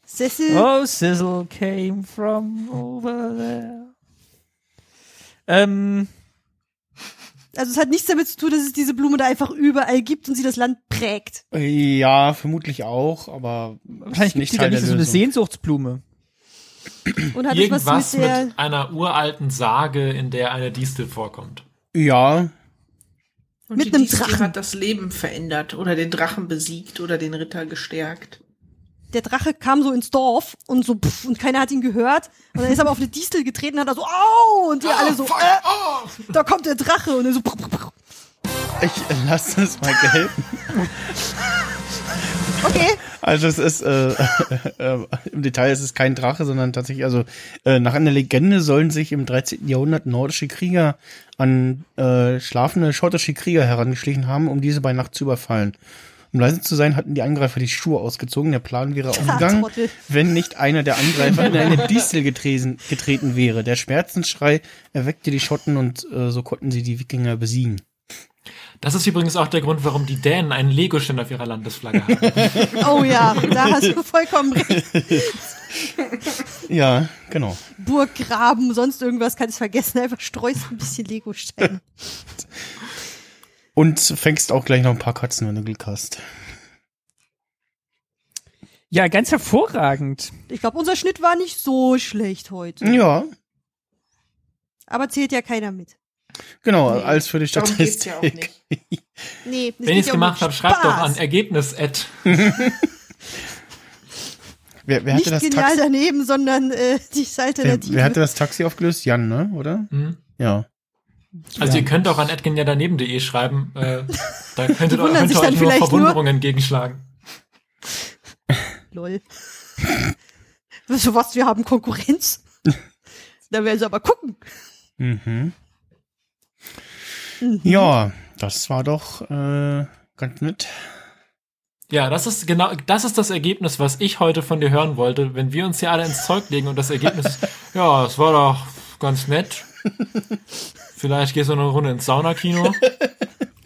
Speaker 3: Sessel.
Speaker 4: Oh, Sizzle came from over there. Ähm,
Speaker 3: Also es hat nichts damit zu tun, dass es diese Blume da einfach überall gibt und sie das Land prägt.
Speaker 2: Äh, ja, vermutlich auch, aber
Speaker 4: wahrscheinlich
Speaker 2: ist
Speaker 4: gibt es da nicht so eine Sehnsuchtsblume.
Speaker 3: Und hat das
Speaker 1: Irgendwas
Speaker 3: was mit der
Speaker 1: mit einer uralten Sage, in der eine Distel vorkommt.
Speaker 2: Ja,
Speaker 5: Und
Speaker 3: Mit
Speaker 5: die
Speaker 3: nem
Speaker 5: Distel
Speaker 3: Drachen.
Speaker 5: hat das Leben verändert oder den Drachen besiegt oder den Ritter gestärkt.
Speaker 3: der Drache kam so ins Dorf und so pff, und keiner hat ihn gehört und dann ist er aber auf eine Distel getreten und hat da so au und wir alle so äh, da kommt der Drache und er so pff, pff, pff.
Speaker 2: ich lasse es mal gelten.
Speaker 3: okay
Speaker 2: Also es ist äh, äh, im Detail ist es kein Drache, sondern tatsächlich also äh, nach einer Legende sollen sich im 13. Jahrhundert nordische Krieger an äh, schlafende schottische Krieger herangeschlichen haben, um diese bei Nacht zu überfallen. Um leise zu sein, hatten die Angreifer die Schuhe ausgezogen. Der Plan wäre aufgegangen,
Speaker 3: Trottel.
Speaker 2: wenn nicht einer der Angreifer in eine Distel getresen, getreten wäre. Der Schmerzensschrei erweckte die Schotten und äh, so konnten sie die Wikinger besiegen.
Speaker 1: Das ist übrigens auch der Grund, warum die Dänen einen Lego-Stand auf ihrer Landesflagge haben.
Speaker 3: oh ja da hast du vollkommen recht
Speaker 2: Ja, genau.
Speaker 3: Burggraben sonst irgendwas kannst vergessen einfach streust ein bisschen Lego Steine
Speaker 2: Und fängst auch gleich noch ein paar Katzen, wenn du Glück hast.
Speaker 4: Ja, ganz hervorragend.
Speaker 3: ich glaube unser Schnitt war nicht so schlecht heute
Speaker 2: Ja,
Speaker 3: aber zählt ja keiner mit
Speaker 2: genau, als für die
Speaker 5: Darum geht's
Speaker 2: Statistik.
Speaker 5: ja auch nicht.
Speaker 3: nee das
Speaker 1: Wenn
Speaker 3: geht
Speaker 1: ich's
Speaker 3: ja um
Speaker 1: gemacht habe, schreibt doch an
Speaker 3: Spaß.
Speaker 1: Ergebnis. at-
Speaker 2: Wer, wer,
Speaker 3: nicht
Speaker 2: hatte das
Speaker 3: genial
Speaker 2: Taxi,
Speaker 3: daneben sondern äh, die
Speaker 2: wer,
Speaker 3: Alternative
Speaker 2: wer hatte das Taxi aufgelöst? Jan, ne? Oder?
Speaker 1: Hm?
Speaker 2: Ja.
Speaker 1: Also ihr könnt auch an atgenjadaneben.de schreiben. Äh, da könntet ihr
Speaker 3: wundern
Speaker 1: könnt
Speaker 3: sich
Speaker 1: ihr
Speaker 3: dann
Speaker 1: euch nur
Speaker 3: vielleicht nur.
Speaker 1: Verwunderungen entgegenschlagen.
Speaker 3: Lol. Weißt du was, wir haben Konkurrenz. Da werden sie aber gucken.
Speaker 2: Mhm. Ja, das war doch äh, ganz nett.
Speaker 1: Ja, das ist genau, das ist das Ergebnis, was ich heute von dir hören wollte, wenn wir uns hier alle ins Zeug legen und das Ergebnis ist, ja, es war doch ganz nett. Vielleicht gehst du noch eine Runde ins Saunakino.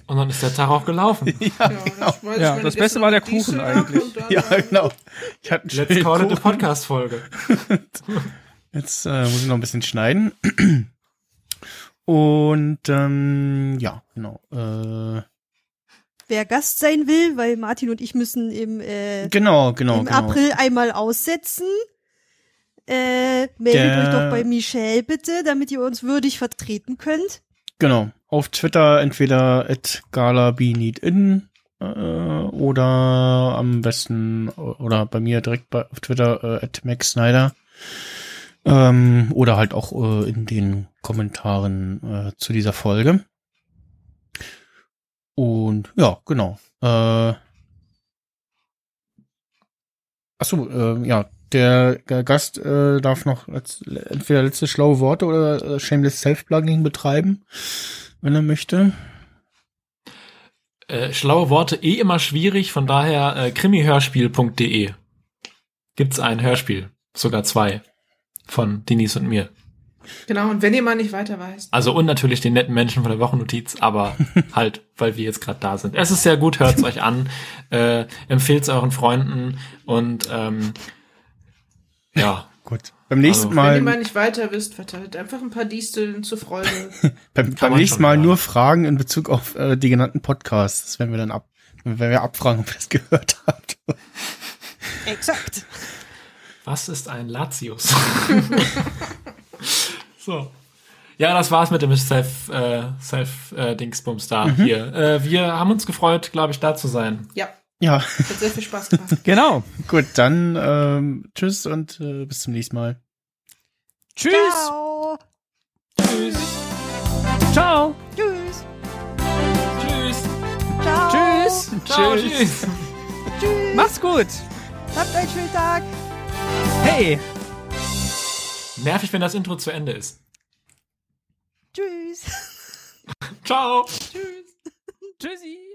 Speaker 1: Und dann ist der Tag auch gelaufen.
Speaker 3: Genau.
Speaker 5: das,
Speaker 4: Ja, das Beste war der Kuchen eigentlich.
Speaker 2: Ja, genau. Ich hatte einen
Speaker 1: Let's
Speaker 2: schönen
Speaker 1: call it a
Speaker 2: Kuchen.
Speaker 1: Podcast-Folge.
Speaker 2: Jetzt äh, muss ich noch ein bisschen schneiden. Und ähm, ja, genau. Äh,
Speaker 3: Wer Gast sein will, weil Martin und ich müssen im, äh,
Speaker 2: genau, genau,
Speaker 3: im
Speaker 2: genau.
Speaker 3: April einmal aussetzen. Äh, meldet
Speaker 2: Der-
Speaker 3: euch doch bei Michelle bitte, damit ihr uns würdig vertreten könnt.
Speaker 2: Genau. Auf Twitter entweder at galabinitin äh, oder am besten oder bei mir direkt bei, auf Twitter äh, at Max Snyder. Ähm, oder halt auch äh, in den Kommentaren äh, zu dieser Folge. Und ja, genau. Äh, achso, äh, ja, der G- Gast äh, darf noch letz, entweder letzte schlaue Worte oder äh, shameless self-plugging betreiben wenn er möchte.
Speaker 1: Äh, schlaue Worte eh immer schwierig, von daher äh, krimihörspiel.de. Gibt's ein Hörspiel, sogar zwei, von Denise und mir.
Speaker 5: Genau, und wenn ihr mal nicht weiter weißt.
Speaker 1: Also und natürlich den netten Menschen von der Wochennotiz, aber halt, weil wir jetzt gerade da sind. Es ist sehr gut, hört's euch an, äh, empfehlt's euren Freunden und ähm, ja,
Speaker 2: Gut. Beim nächsten
Speaker 1: Also,
Speaker 5: Wenn ihr
Speaker 2: Mal,
Speaker 5: mal nicht weiter wisst, verteilt einfach ein paar Disteln zur Freude.
Speaker 2: beim,
Speaker 1: Kann
Speaker 2: beim
Speaker 1: man
Speaker 2: nächsten
Speaker 1: schon
Speaker 2: Mal
Speaker 1: sagen.
Speaker 2: nur Fragen in Bezug auf äh, die genannten Podcasts. Das werden wir dann ab, wenn wir abfragen, ob ihr das gehört habt.
Speaker 3: Exakt.
Speaker 1: was ist ein Latius? so. Ja, das war's mit dem Self, äh, Self äh, Dingsbums da hier. Äh, wir haben uns gefreut, glaube ich, da zu sein.
Speaker 5: ja,
Speaker 2: Ja,
Speaker 5: hat sehr viel Spaß gemacht.
Speaker 4: Genau.
Speaker 2: gut, dann ähm, tschüss und äh, bis zum nächsten Mal.
Speaker 4: Tschüss.
Speaker 3: Ciao.
Speaker 4: Ciao.
Speaker 3: Tschüss.
Speaker 1: Tschüss.
Speaker 3: Ciao.
Speaker 4: Tschüss.
Speaker 1: Ciao, tschüss.
Speaker 3: Tschüss.
Speaker 4: Macht's gut.
Speaker 3: Habt einen schönen Tag.
Speaker 4: Hey.
Speaker 1: Nervig, wenn das Intro zu Ende ist.
Speaker 3: Tschüss.
Speaker 1: Ciao.
Speaker 4: Tschüssi.